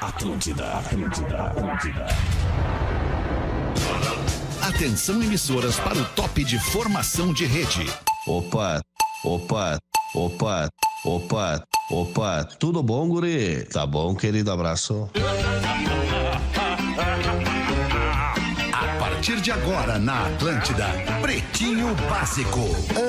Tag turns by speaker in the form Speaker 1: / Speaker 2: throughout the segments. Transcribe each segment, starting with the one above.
Speaker 1: Atlântida, Atlântida, Atlântida.
Speaker 2: Atenção emissoras para o top de formação de rede.
Speaker 3: Opa, opa, opa, opa, opa. Tudo bom, guri? Tá bom, querido? Abraço.
Speaker 2: A partir de agora na Atlântida, Pretinho Básico,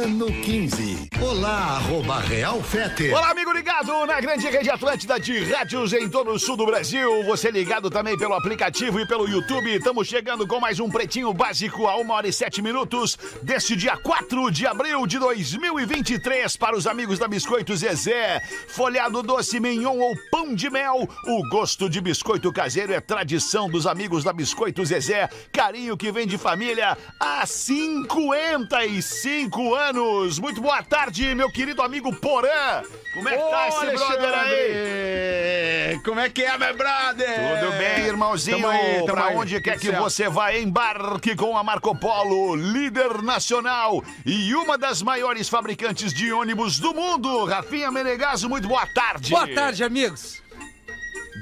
Speaker 2: ano 15. Olá, arroba Real Fete.
Speaker 4: Olá, amigo ligado na grande rede Atlântida de rádios em todo o sul do Brasil. Você ligado também pelo aplicativo e pelo YouTube. Estamos chegando com mais um Pretinho Básico a 1 hora e 7 minutos deste dia 4 de abril de 2023 para os amigos da Biscoito Zezé. Folhado É, doce, mignon ou pão de mel. O gosto de biscoito caseiro é tradição dos amigos da Biscoito Zezé. Carinho que vem de família há 55 anos. Muito boa tarde, meu querido amigo Porã. Como é que tá esse brother aí?
Speaker 5: Como é que é, meu brother?
Speaker 4: Tudo bem, É. irmãozinho?
Speaker 5: Tamo aí, tamo
Speaker 4: pra
Speaker 5: aí.
Speaker 4: onde quer
Speaker 5: Tudo
Speaker 4: que
Speaker 5: certo.
Speaker 4: você vá, embarque com a Marco Polo, líder nacional e uma das maiores fabricantes de ônibus do mundo. Rafinha Menegaso, muito boa tarde.
Speaker 6: Boa tarde, amigos.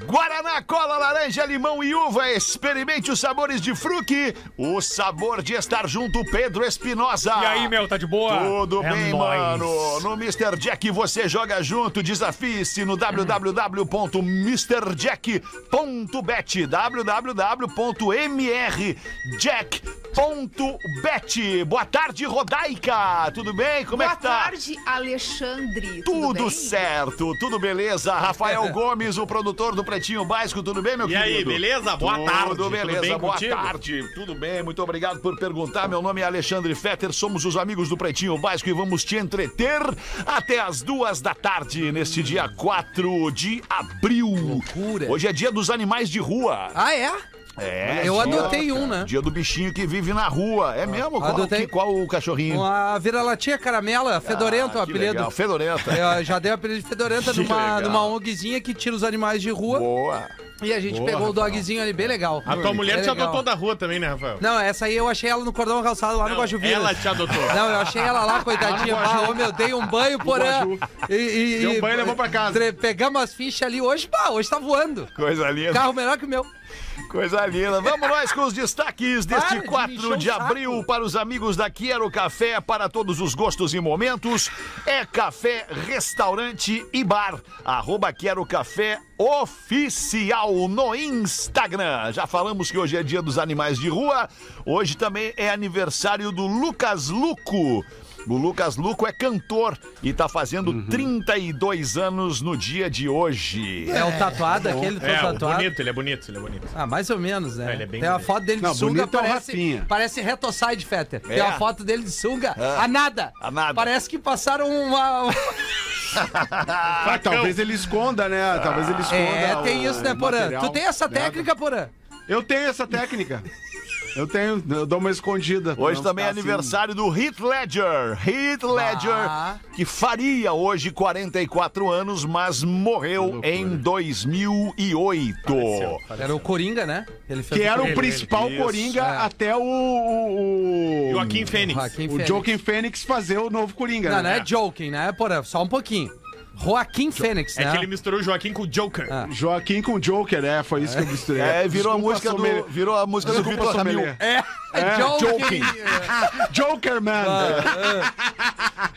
Speaker 4: Guaraná, cola, laranja, limão e uva. Experimente os sabores de fruque. O sabor de estar junto, Pedro Espinosa.
Speaker 6: E aí, meu, tá de boa?
Speaker 4: Tudo
Speaker 6: É
Speaker 4: bem,
Speaker 6: nóis.
Speaker 4: mano? No Mr. Jack você joga junto. Desafie-se no www.mrjack.bet www.mrjack.bet Boa tarde, Rodaica. Tudo bem? Como é
Speaker 7: Boa
Speaker 4: que tá?
Speaker 7: tarde, Alexandre.
Speaker 4: Tudo,
Speaker 7: bem?
Speaker 4: certo, tudo beleza. Rafael Gomes, o produtor do Pretinho Básico, tudo bem, meu
Speaker 5: E aí,
Speaker 4: querido?
Speaker 5: beleza? Boa
Speaker 4: tudo
Speaker 5: tarde,
Speaker 4: Tudo
Speaker 5: tudo
Speaker 4: beleza,
Speaker 5: bem
Speaker 4: boa
Speaker 5: contigo?
Speaker 4: tarde. Tudo bem, muito obrigado por perguntar. Meu nome é Alexandre Fetter, somos os amigos do Pretinho Básico e vamos te entreter até as duas da tarde, neste dia 4 de abril.
Speaker 6: Loucura.
Speaker 4: Hoje é dia dos animais de rua.
Speaker 6: Ah, é?
Speaker 4: É,
Speaker 6: Eu
Speaker 4: dia-
Speaker 6: adotei um, né?
Speaker 4: Dia do bichinho que vive na rua. É mesmo? Qual, que-
Speaker 6: adotei.
Speaker 4: qual o cachorrinho?
Speaker 6: Uma vira-latinha caramela, fedorento
Speaker 4: Ah,
Speaker 6: o
Speaker 4: que
Speaker 6: apelido. É.
Speaker 4: legal, Fedorenta.
Speaker 6: Eu já dei o apelido de fedorenta
Speaker 4: Que
Speaker 6: numa,
Speaker 4: legal.
Speaker 6: numa ONGzinha que tira os animais de rua.
Speaker 4: Boa.
Speaker 6: E a gente
Speaker 5: Boa,
Speaker 6: pegou o
Speaker 5: Rafael.
Speaker 6: dogzinho ali, bem legal.
Speaker 5: A tua mulher
Speaker 6: Bem
Speaker 5: te
Speaker 6: legal.
Speaker 5: adotou da rua também, né, Rafael?
Speaker 6: Não, essa aí eu achei ela no cordão calçado lá no Guajuvira.
Speaker 5: ela te adotou.
Speaker 6: Não, eu achei ela lá, coitadinha. Ah, ô, meu, dei um banho, porã. E, e,
Speaker 5: Deu um banho e levou pra casa.
Speaker 6: tre- Pegamos as fichas ali. Hoje, pá, hoje tá voando.
Speaker 4: Coisa linda.
Speaker 6: Carro melhor que o meu.
Speaker 4: Coisa linda. Vamos nós com os destaques deste
Speaker 6: Para de me
Speaker 4: 4
Speaker 6: encher
Speaker 4: de
Speaker 6: o saco.
Speaker 4: abril para os amigos da Quero Café, para todos os gostos e momentos. É café, restaurante e bar. Arroba Quero Café Oficial no Instagram. Já falamos que hoje é dia dos animais de rua. Hoje também é aniversário do Lucas Luco. O Lucas Luco é cantor e tá fazendo 32 anos no dia de hoje.
Speaker 6: É, o tatuado, aquele todo
Speaker 5: É, o
Speaker 6: tatuado.
Speaker 5: bonito, ele é bonito, ele é bonito.
Speaker 6: Ah, mais ou menos, né?
Speaker 5: É, ele é bem
Speaker 6: Tem uma
Speaker 5: bonito.
Speaker 6: foto dele de
Speaker 8: Não,
Speaker 6: sunga,
Speaker 8: bonito é o
Speaker 6: parece,
Speaker 8: Rafinha.
Speaker 6: parece retoside, Fetter.
Speaker 4: É.
Speaker 6: Tem uma foto dele de sunga,
Speaker 4: Ah.
Speaker 5: É.
Speaker 6: a nada.
Speaker 4: A nada.
Speaker 6: Parece que passaram uma...
Speaker 8: Ah, talvez ele esconda, né? Talvez ele esconda.
Speaker 6: é, tem
Speaker 8: o-
Speaker 6: isso, né,
Speaker 8: o
Speaker 6: Porã?
Speaker 8: material.
Speaker 6: Tu tem essa
Speaker 8: Nada.
Speaker 6: técnica, Porã?
Speaker 8: Eu tenho essa técnica. Eu tenho, eu dou uma escondida. pra
Speaker 4: Hoje
Speaker 8: não
Speaker 4: também é
Speaker 8: ficar assim.
Speaker 4: aniversário do Heath Ledger. Heath Ledger,
Speaker 6: Ah.
Speaker 4: que faria hoje 44 anos, mas morreu em 2008.
Speaker 6: Era o Coringa, né? Ele fez
Speaker 8: Que era o
Speaker 5: Ele,
Speaker 8: principal
Speaker 5: isso,
Speaker 8: Coringa
Speaker 6: é.
Speaker 8: até o. o, o
Speaker 5: Joaquim Fênix.
Speaker 6: Hum, Joaquim
Speaker 8: o
Speaker 6: Fênix.
Speaker 8: Joaquim Fênix fazer o novo Coringa.
Speaker 6: Não, não
Speaker 8: né?
Speaker 6: é Joking, né, Porã? Só um pouquinho. Joaquim Fênix,
Speaker 5: É
Speaker 6: né?
Speaker 5: que ele misturou o Joaquim com o Joker.
Speaker 6: Ah.
Speaker 8: Joaquim com Joker, é, foi isso que eu misturei.
Speaker 4: É, virou a
Speaker 8: Desculpa,
Speaker 4: música
Speaker 8: sommelier.
Speaker 4: do, virou a música do
Speaker 8: Desculpa,
Speaker 4: Vitor Ramil.
Speaker 8: sommelier. É
Speaker 6: É, é Joking.
Speaker 4: Joking.
Speaker 8: Joker, man.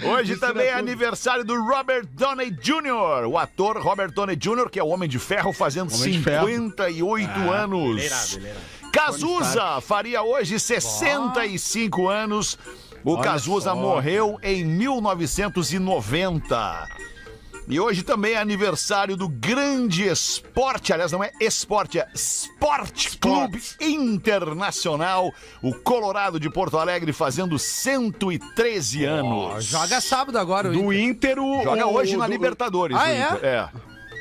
Speaker 4: Hoje
Speaker 8: Isso
Speaker 4: também é
Speaker 8: era tudo.
Speaker 4: aniversário do Robert Downey Jr., o ator Robert Downey Jr., que é o Homem de Ferro, fazendo
Speaker 8: Homem de Ferro.
Speaker 4: 58 anos.
Speaker 5: ele é irado, ele é irado.
Speaker 4: Cazuza faria hoje 65 anos. O
Speaker 8: Olha
Speaker 4: Cazuza
Speaker 8: só,
Speaker 4: morreu em 1990. E hoje também é aniversário do grande esporte, aliás, não é esporte, é Sport Clube Internacional, o Colorado de Porto Alegre fazendo 113
Speaker 6: Ó,
Speaker 4: anos.
Speaker 6: Joga sábado agora o
Speaker 8: Do
Speaker 6: Inter.
Speaker 8: Inter, o.
Speaker 4: Joga
Speaker 8: o-
Speaker 4: hoje na
Speaker 8: do-
Speaker 4: Libertadores.
Speaker 6: Ah,
Speaker 4: o
Speaker 6: é?
Speaker 4: Inter.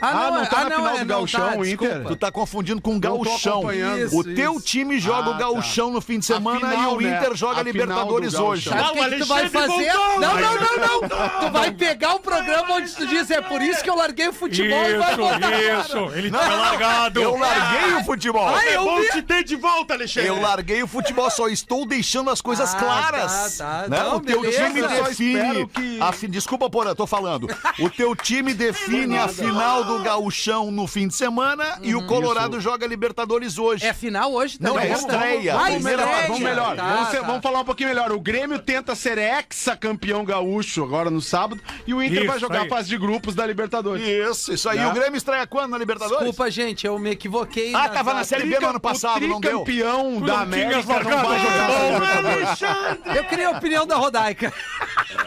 Speaker 8: Ah, não tá na final do
Speaker 6: não,
Speaker 8: Gauchão, o Inter?
Speaker 4: Tu
Speaker 6: desculpa.
Speaker 4: tá confundindo com o
Speaker 8: tô
Speaker 4: Gauchão.
Speaker 8: acompanhando.
Speaker 4: O
Speaker 6: Isso,
Speaker 4: teu
Speaker 6: isso. tá.
Speaker 4: time joga
Speaker 8: Ah,
Speaker 4: o Gauchão no fim de semana
Speaker 8: final,
Speaker 4: e o
Speaker 8: né?
Speaker 4: Inter joga
Speaker 8: A final do
Speaker 4: Libertadores
Speaker 8: Gauchão.
Speaker 4: hoje.
Speaker 6: Sabe
Speaker 5: Ah,
Speaker 6: Tá, o
Speaker 5: o
Speaker 6: que, que tu vai
Speaker 5: Alexandre
Speaker 6: fazer?
Speaker 5: voltou!
Speaker 6: Não, não, não, não! Tu vai pegar o programa onde tu diz, é por isso que eu larguei o futebol e vai voltar.
Speaker 5: isso. Ele tá largado.
Speaker 4: Eu larguei o futebol.
Speaker 6: Ah,
Speaker 5: É
Speaker 6: eu
Speaker 5: bom
Speaker 6: vi.
Speaker 5: te ter de volta, Alexandre.
Speaker 4: Eu larguei o futebol, só estou deixando as coisas
Speaker 6: Ah,
Speaker 4: claras.
Speaker 6: tá, tá.
Speaker 4: né?
Speaker 6: Não,
Speaker 4: o teu
Speaker 6: beleza.
Speaker 4: time
Speaker 6: Eu só
Speaker 4: define.
Speaker 8: espero que-
Speaker 4: a fi- Desculpa, Porã, tô falando. O teu time define a final do Gauchão no fim de semana e o Colorado joga Libertadores hoje.
Speaker 6: Uhum. É final hoje
Speaker 4: Não, é
Speaker 6: também?
Speaker 4: estreia.
Speaker 6: Ah,
Speaker 4: Vamos
Speaker 6: estreia.
Speaker 4: melhor,
Speaker 8: Vamos melhor.
Speaker 6: Tá,
Speaker 8: vamos, ser-
Speaker 6: tá.
Speaker 8: vamos falar um pouquinho melhor. O Grêmio tenta ser ex-campeão gaúcho agora no sábado e o Inter
Speaker 5: Isso
Speaker 8: vai jogar
Speaker 5: aí.
Speaker 8: a fase de grupos da Libertadores.
Speaker 4: Isso, isso aí.
Speaker 8: Né?
Speaker 4: E o Grêmio estreia quando na Libertadores?
Speaker 6: Desculpa, gente, eu me equivoquei.
Speaker 4: Ah,
Speaker 6: nas
Speaker 4: tava na
Speaker 6: datas.
Speaker 4: Série B no ano passado, não
Speaker 8: o
Speaker 4: deu.
Speaker 8: tricampeão
Speaker 5: Tu
Speaker 8: da
Speaker 5: não tinhas
Speaker 8: América não
Speaker 5: largado
Speaker 8: vai
Speaker 5: a
Speaker 8: jogar
Speaker 5: bola,
Speaker 8: a
Speaker 5: Alexandre.
Speaker 8: Libertadores.
Speaker 6: Eu queria a opinião da Rodaica.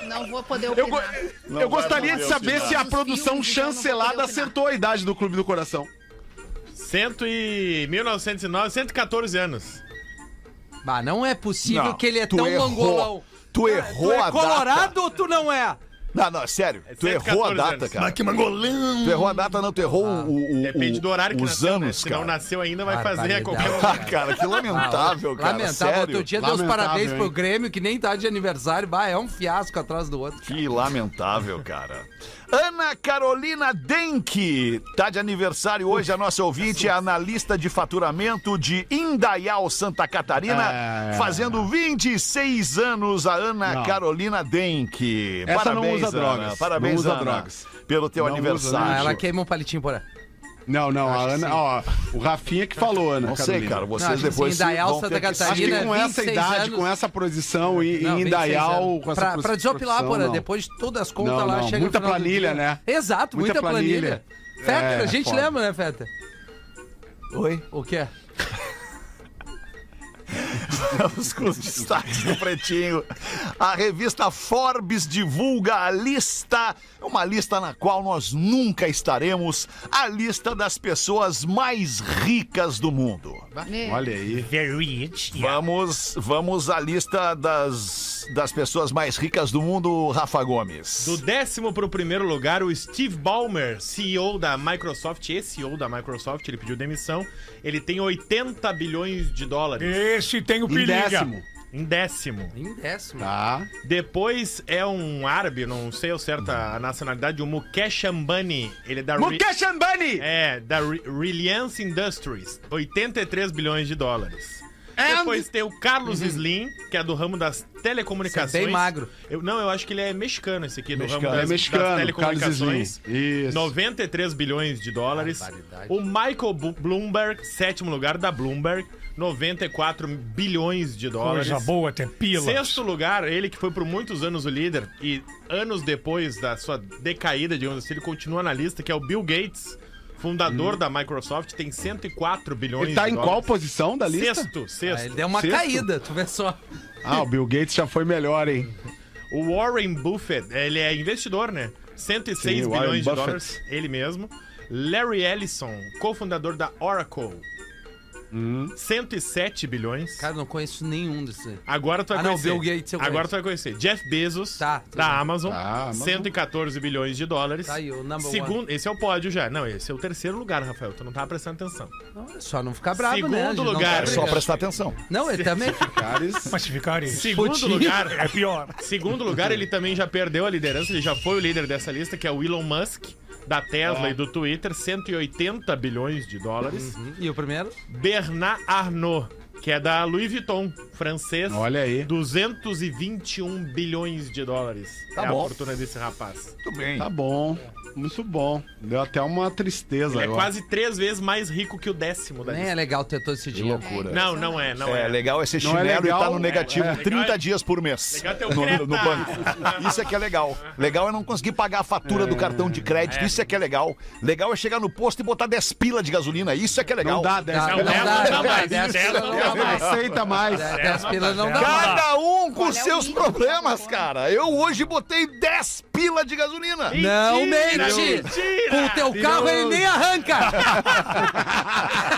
Speaker 7: Não vou poder
Speaker 8: Eu, go-
Speaker 7: opinar.
Speaker 8: eu gostaria de saber se a
Speaker 7: Os
Speaker 8: produção
Speaker 7: filmes, então, não vou poder
Speaker 8: chancelada
Speaker 7: opinar.
Speaker 8: acertou a idade do Clube do Coração.
Speaker 5: Cento e... 1909, 114 anos.
Speaker 6: Bah, não é possível
Speaker 4: Não,
Speaker 6: que ele é
Speaker 4: tu
Speaker 6: tão
Speaker 4: errou.
Speaker 6: mongolão.
Speaker 4: Tu errou
Speaker 6: tu é
Speaker 4: a
Speaker 6: colorado
Speaker 4: data.
Speaker 6: ou tu não é?
Speaker 4: Não, não, sério.
Speaker 5: É
Speaker 4: Tu errou a
Speaker 5: 114
Speaker 4: data,
Speaker 5: anos.
Speaker 4: cara. que mangolão. Tu errou a data, não. Tu errou
Speaker 6: Ah,
Speaker 4: o, o, o-
Speaker 5: Depende do horário que
Speaker 4: os
Speaker 5: nasceu, né?
Speaker 4: anos,
Speaker 5: Se não
Speaker 4: cara.
Speaker 5: nasceu ainda, vai fazer a
Speaker 6: Barbaridade.
Speaker 5: qualquer
Speaker 4: Ah, cara, que lamentável, cara.
Speaker 6: Lamentável.
Speaker 4: sério.
Speaker 6: Outro dia deu os
Speaker 8: Lamentável,
Speaker 6: parabéns
Speaker 8: hein?
Speaker 6: pro Grêmio, que nem tá de aniversário. Bah, é um fiasco atrás do outro.
Speaker 4: Que lamentável, cara. Ana Carolina Denk, tá de aniversário hoje, a nossa ouvinte, é analista de faturamento de Indaial, Santa Catarina,
Speaker 8: É.
Speaker 4: fazendo 26 anos, a Ana
Speaker 8: Não.
Speaker 4: Carolina Denk.
Speaker 8: Essa não
Speaker 4: Parabéns,
Speaker 8: usa
Speaker 4: Ana.
Speaker 8: drogas.
Speaker 4: Parabéns,
Speaker 8: Não usa
Speaker 4: Ana,
Speaker 8: drogas.
Speaker 4: pelo teu
Speaker 8: Não usa, né?
Speaker 4: aniversário.
Speaker 6: Ah, ela queima um palitinho por aí.
Speaker 8: Não, não, a Ana, ó, o Rafinha que falou, Ana.
Speaker 4: Não sei,
Speaker 8: Carolina.
Speaker 4: cara, vocês
Speaker 6: acho que
Speaker 4: depois
Speaker 6: sim, Indaial,
Speaker 4: vão
Speaker 6: Santa
Speaker 4: ter que-
Speaker 8: Acho que
Speaker 6: Catarina.
Speaker 8: com essa
Speaker 6: 26
Speaker 8: idade,
Speaker 6: anos.
Speaker 8: com essa produção e
Speaker 6: Não,
Speaker 8: em
Speaker 6: 26
Speaker 8: Indaial,
Speaker 6: anos.
Speaker 8: com essa
Speaker 6: pra,
Speaker 8: pros-
Speaker 6: pra desopilar,
Speaker 8: profissão,
Speaker 6: Porã,
Speaker 8: não.
Speaker 6: depois de todas as contas
Speaker 8: Não,
Speaker 6: lá
Speaker 8: não,
Speaker 6: chega no
Speaker 8: muita
Speaker 6: final do
Speaker 8: planilha,
Speaker 6: dia.
Speaker 8: né?
Speaker 6: Exato, muita,
Speaker 8: Muita
Speaker 6: planilha.
Speaker 8: planilha.
Speaker 6: Feta,
Speaker 8: É,
Speaker 6: a gente
Speaker 8: foda.
Speaker 6: lembra, né, Feta?
Speaker 4: Oi?
Speaker 6: O que é?
Speaker 4: Vamos com os destaques do Pretinho. A revista Forbes divulga a lista, uma lista na qual nós nunca estaremos, a lista das pessoas mais ricas do mundo.
Speaker 8: Olha aí.
Speaker 4: Vamos, vamos à lista das, das pessoas mais ricas do mundo, Rafa Gomes.
Speaker 5: Do décimo para o primeiro lugar, o Steve Ballmer, CEO da Microsoft, e CEO da Microsoft, ele pediu demissão. Ele tem 80 bilhões de dólares
Speaker 9: Esse tem o
Speaker 8: Em
Speaker 9: periga.
Speaker 8: décimo.
Speaker 5: em décimo.
Speaker 6: Em décimo.
Speaker 8: Tá.
Speaker 5: Depois é um árabe, não sei ao certo a nacionalidade, o Mukesh Ambani. Ele é da, Re-
Speaker 8: Mukesh Ambani!
Speaker 5: é, da Re- Reliance Industries, 83 bilhões de dólares.
Speaker 8: And-
Speaker 5: Depois tem o Carlos
Speaker 8: Uhum.
Speaker 5: Slim, que é do ramo das telecomunicações.
Speaker 6: Esse é bem magro.
Speaker 5: Eu, não, eu acho que ele é mexicano esse aqui, do
Speaker 8: Mexicano.
Speaker 5: ramo das,
Speaker 8: Ele é mexicano,
Speaker 5: das
Speaker 8: Carlos
Speaker 5: telecomunicações.
Speaker 8: Slim. Isso.
Speaker 5: 93 bilhões de dólares.
Speaker 6: Barbaridade.
Speaker 5: O Michael Bu- Bloomberg, sétimo lugar da Bloomberg, 94 bilhões de dólares.
Speaker 9: Coisa boa, até pila.
Speaker 5: Sexto lugar, ele que foi por muitos anos o líder e anos depois da sua decaída, digamos assim, ele continua na lista, que é o Bill Gates, fundador da Microsoft, tem 104 bilhões
Speaker 8: Ele tá
Speaker 5: de
Speaker 8: em qual
Speaker 5: dólares.
Speaker 8: posição da lista?
Speaker 5: Sexto,
Speaker 6: Ah,
Speaker 5: sexto.
Speaker 6: ele deu uma
Speaker 8: Sexto?
Speaker 6: caída, tu vê só.
Speaker 8: Ah, o Bill Gates já foi melhor, hein?
Speaker 5: O Warren Buffett, ele é investidor, né? 106
Speaker 8: Sim, Warren
Speaker 5: bilhões de
Speaker 8: Buffett.
Speaker 5: dólares, ele mesmo. Larry Ellison, cofundador da Oracle,
Speaker 8: Hum.
Speaker 5: 107 bilhões.
Speaker 6: Cara, não conheço nenhum desses aí.
Speaker 5: Agora tu vai
Speaker 6: Ah, não,
Speaker 5: conhecer.
Speaker 6: Bill Gates eu
Speaker 5: Agora
Speaker 6: conheço.
Speaker 5: tu vai conhecer. Jeff Bezos,
Speaker 6: Tá, tudo
Speaker 5: da
Speaker 6: bem.
Speaker 5: Amazon,
Speaker 8: Tá, Amazon.
Speaker 5: 114 bilhões de dólares.
Speaker 6: Tá aí, o number
Speaker 5: Segundo, Esse é o pódio já. Não, esse é o terceiro lugar, Rafael. Tu não tava prestando atenção.
Speaker 6: Não, é só não ficar bravo,
Speaker 5: Segundo
Speaker 6: né? a gente não
Speaker 8: é
Speaker 5: lugar.
Speaker 6: tá
Speaker 4: Só
Speaker 6: brigando.
Speaker 4: prestar atenção.
Speaker 6: Não, ele também.
Speaker 8: Caris.
Speaker 9: Mas se ficar isso,
Speaker 5: Segundo
Speaker 6: Putinho.
Speaker 5: lugar.
Speaker 9: é pior.
Speaker 5: Segundo lugar, ele também já perdeu a liderança, ele já foi o líder dessa lista, que é o Elon Musk, da Tesla e do Twitter, 180 bilhões de dólares.
Speaker 6: Hum, E o primeiro?
Speaker 5: Bernard Arnault, que é da Louis Vuitton, francês.
Speaker 8: Olha aí.
Speaker 5: 221 bilhões de dólares.
Speaker 4: Tá
Speaker 5: é
Speaker 4: bom.
Speaker 5: a fortuna desse rapaz.
Speaker 4: Muito bem.
Speaker 8: Tá bom. Muito bom. Deu até uma tristeza
Speaker 5: Ele é
Speaker 8: agora.
Speaker 5: quase três vezes mais rico que o décimo da
Speaker 7: Né?
Speaker 6: Nem é
Speaker 5: lista.
Speaker 6: legal ter todo esse dinheiro.
Speaker 4: loucura.
Speaker 5: Não, não é, não é.
Speaker 4: É, legal é ser
Speaker 8: Não é
Speaker 4: chinelo
Speaker 8: legal,
Speaker 4: e tá no negativo
Speaker 8: é, é.
Speaker 4: 30
Speaker 5: Legal é-
Speaker 4: dias por mês.
Speaker 5: Legal é ter o
Speaker 4: no, no, no
Speaker 5: Creta.
Speaker 4: banco. Isso é que é legal. Legal é não conseguir pagar a fatura
Speaker 5: É.
Speaker 4: do cartão de crédito. Isso é que é legal. Legal é chegar no posto e botar 10 pila de gasolina. Isso é que é legal.
Speaker 8: Não dá, né? dessa.
Speaker 5: Não,
Speaker 6: Não
Speaker 5: dessa não
Speaker 6: dá,
Speaker 5: dá
Speaker 6: não
Speaker 5: mais.
Speaker 6: dá,
Speaker 5: Dessa
Speaker 6: dessa
Speaker 5: não
Speaker 6: não
Speaker 5: dá mais.
Speaker 6: dá mais.
Speaker 8: Aceita mais.
Speaker 6: É, 10 pilas não dá. mais.
Speaker 4: Cada um com
Speaker 7: Qual é o
Speaker 4: seus
Speaker 7: mínimo
Speaker 4: problemas,
Speaker 2: né?
Speaker 7: que você
Speaker 4: cara. Eu hoje botei 10 pila de gasolina.
Speaker 6: Não
Speaker 5: Mentira,
Speaker 6: mente!
Speaker 5: mentira.
Speaker 6: Com o teu carro ele nem arranca!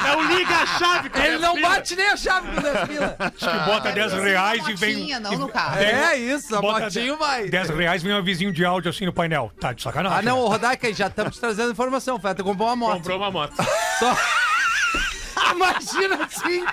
Speaker 5: Não liga a chave, cara.
Speaker 6: Ele não bate nem a chave pro 10 pila!
Speaker 9: Que bota 10
Speaker 7: é.
Speaker 9: reais e vem.
Speaker 7: Motinha, não no carro.
Speaker 6: É isso, a
Speaker 9: Bota
Speaker 6: motinho
Speaker 9: dez-
Speaker 6: vai!
Speaker 9: 10 reais vem um avisinho de áudio assim no painel. Tá de sacanagem.
Speaker 6: Ah não,
Speaker 9: né?
Speaker 6: ô Rodaica, já estamos trazendo informação, Feta comprou uma moto.
Speaker 5: Comprou uma moto.
Speaker 6: Só... Imagina assim!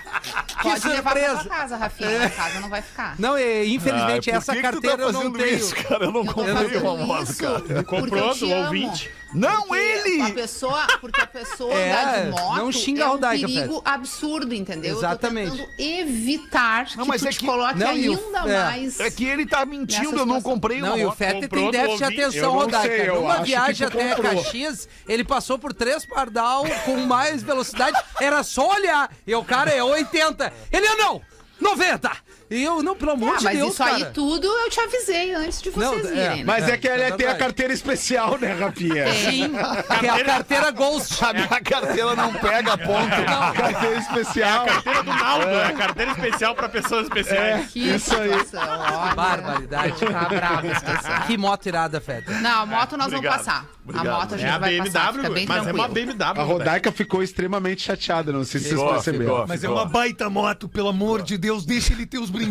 Speaker 6: Que
Speaker 7: Pode levar pra
Speaker 6: surpresa! É.
Speaker 7: tua casa, Rafinha. Na casa não vai ficar.
Speaker 6: Não, e, infelizmente
Speaker 4: Ah, por
Speaker 6: essa
Speaker 4: que que tu tá
Speaker 6: carteira eu não
Speaker 4: fazendo
Speaker 6: tenho.
Speaker 4: isso, cara? Eu não
Speaker 7: Eu tô
Speaker 4: comprei
Speaker 7: fazendo
Speaker 4: uma moto,
Speaker 7: isso
Speaker 4: cara.
Speaker 7: porque
Speaker 5: Comprou
Speaker 7: eu te
Speaker 5: do
Speaker 7: amo.
Speaker 5: ouvinte.
Speaker 2: Não
Speaker 7: Porque
Speaker 2: ele!
Speaker 7: A pessoa, porque a pessoa
Speaker 6: É,
Speaker 7: andar de moto
Speaker 6: não xinga
Speaker 7: é
Speaker 6: a
Speaker 7: um
Speaker 6: Rodaica,
Speaker 7: perigo absurdo, entendeu?
Speaker 6: Exatamente.
Speaker 7: Eu tô tentando evitar
Speaker 2: Não,
Speaker 7: que
Speaker 2: mas
Speaker 7: tu
Speaker 2: é
Speaker 7: te
Speaker 2: que-
Speaker 7: coloque
Speaker 6: Não, e o-
Speaker 7: ainda
Speaker 6: é.
Speaker 7: mais...
Speaker 2: É que ele tá mentindo, eu não
Speaker 7: situação.
Speaker 2: comprei
Speaker 6: Não,
Speaker 2: uma
Speaker 6: e o
Speaker 2: moto.
Speaker 6: Fetter tem
Speaker 5: comprou do
Speaker 6: déficit de
Speaker 5: ouvido.
Speaker 6: atenção,
Speaker 8: Eu não
Speaker 6: Rodaica.
Speaker 8: sei, eu
Speaker 6: Numa
Speaker 8: acho que
Speaker 6: viagem
Speaker 8: tu
Speaker 6: até
Speaker 8: comprou.
Speaker 6: Caxias, ele passou por três pardal com mais velocidade. Era só olhar. E o cara é 80. Ele é não! 90! E eu, não, pelo amor
Speaker 7: Ah,
Speaker 6: de
Speaker 7: mas
Speaker 6: Deus,
Speaker 7: isso
Speaker 6: cara.
Speaker 7: aí tudo eu te avisei antes de
Speaker 6: Não,
Speaker 7: vocês
Speaker 6: é,
Speaker 7: virem, né?
Speaker 8: Mas é que ele
Speaker 6: É
Speaker 8: tem a
Speaker 6: verdade.
Speaker 8: carteira especial, né, Rafinha?
Speaker 6: Sim, que é a carteira Ghost.
Speaker 2: A
Speaker 5: É.
Speaker 2: minha carteira não pega ponto.
Speaker 8: Carteira especial.
Speaker 5: Carteira do Naldo, é carteira especial pra pessoas especiais.
Speaker 7: Que
Speaker 8: Isso aí.
Speaker 7: situação, olha.
Speaker 6: Barbaridade.
Speaker 7: Tá bravo esse pessoal.
Speaker 6: Que moto irada, Feta.
Speaker 7: Não, a moto nós
Speaker 2: Obrigado.
Speaker 7: vamos passar.
Speaker 2: Obrigado.
Speaker 7: A moto a
Speaker 5: É,
Speaker 7: gente
Speaker 5: a
Speaker 7: vai
Speaker 5: BMW,
Speaker 7: passar, fica bem
Speaker 5: mas é uma
Speaker 7: tranquilo.
Speaker 5: BMW.
Speaker 8: A Rodaica ficou extremamente chateada, não sei se vocês
Speaker 2: Ficou,
Speaker 8: perceberam.
Speaker 2: ficou.
Speaker 10: Mas é uma baita moto, pelo amor de Deus, deixa ele ter os brinquedos.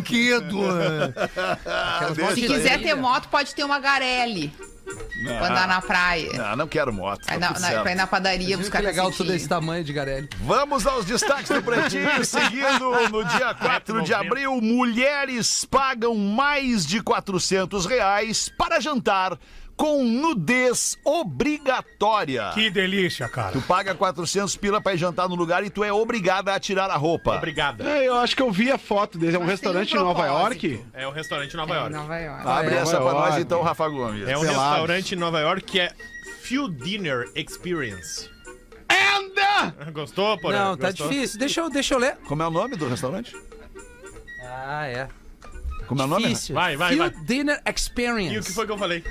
Speaker 4: é
Speaker 7: Se quiser ter moto, pode ter uma Garelli. Pra andar na praia.
Speaker 2: Não, não quero moto.
Speaker 7: Vai
Speaker 2: tá
Speaker 7: na-
Speaker 2: tudo
Speaker 7: na-
Speaker 2: certo.
Speaker 7: pra ir na padaria
Speaker 6: Que
Speaker 7: buscar
Speaker 6: legal tudo
Speaker 7: receitinha.
Speaker 6: desse tamanho de Garelli.
Speaker 2: Vamos aos destaques do Pretinho, seguindo no dia 4 de abril, mulheres pagam mais de 400 reais para jantar com nudez obrigatória.
Speaker 10: Que delícia, cara.
Speaker 2: Tu paga 400 pila pra ir jantar no lugar e tu é obrigada a tirar a roupa.
Speaker 5: Obrigada.
Speaker 8: É, eu acho que eu vi a foto dele. É um
Speaker 7: Mas tem um
Speaker 8: restaurante em Nova
Speaker 7: propósito.
Speaker 8: York.
Speaker 5: É um restaurante em Nova
Speaker 7: É,
Speaker 5: York.
Speaker 7: Nova York.
Speaker 2: Abre
Speaker 8: é,
Speaker 2: essa
Speaker 8: Nova
Speaker 2: pra nós
Speaker 8: York.
Speaker 2: então, Rafa Gomes.
Speaker 5: É um
Speaker 8: Pelados.
Speaker 5: restaurante em Nova York que é Few Dinner Experience. Anda! Gostou, porra?
Speaker 6: Não, tá
Speaker 5: Gostou?
Speaker 6: difícil. Deixa eu, deixa eu ler.
Speaker 2: Como é o nome do restaurante?
Speaker 6: Ah, é.
Speaker 2: Como é o nome?
Speaker 6: Difícil.
Speaker 5: Vai, vai,
Speaker 6: Field
Speaker 5: vai.
Speaker 6: Dinner
Speaker 5: E o
Speaker 6: Experience.
Speaker 5: que foi que eu falei?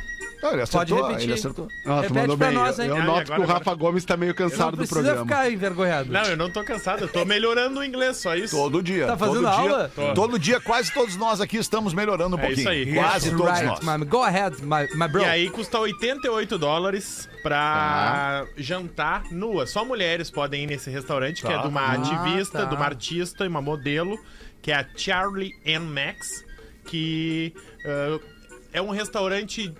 Speaker 2: Ah, ele acertou,
Speaker 6: repetir.
Speaker 2: ele acertou.
Speaker 8: Nossa,
Speaker 6: Repete
Speaker 8: mandou
Speaker 6: pra
Speaker 8: bem.
Speaker 6: nós,
Speaker 8: eu
Speaker 6: hein?
Speaker 8: eu
Speaker 5: Ah,
Speaker 8: noto
Speaker 5: agora,
Speaker 8: que o Rafa
Speaker 5: agora.
Speaker 8: Gomes tá meio
Speaker 6: Não
Speaker 8: cansado do
Speaker 6: precisa
Speaker 8: programa.
Speaker 6: ficar envergonhado.
Speaker 5: Não, eu não tô cansado, eu tô melhorando o inglês, só isso.
Speaker 2: Todo dia.
Speaker 6: Tá fazendo
Speaker 2: todo
Speaker 6: aula?
Speaker 2: Dia, todo dia, quase todos nós aqui estamos melhorando um
Speaker 5: É
Speaker 2: pouquinho.
Speaker 5: isso aí.
Speaker 2: Quase
Speaker 5: Isso.
Speaker 2: todos
Speaker 6: right,
Speaker 2: nós.
Speaker 6: my, go ahead, my, my bro.
Speaker 5: E aí então? custa 88 dólares
Speaker 8: Tá.
Speaker 5: pra jantar nua. Só mulheres podem ir nesse restaurante, que é de uma
Speaker 8: Ah,
Speaker 5: ativista,
Speaker 6: tá.
Speaker 5: de uma artista e uma modelo, que é a Charlie Ann Max, que ah, é um restaurante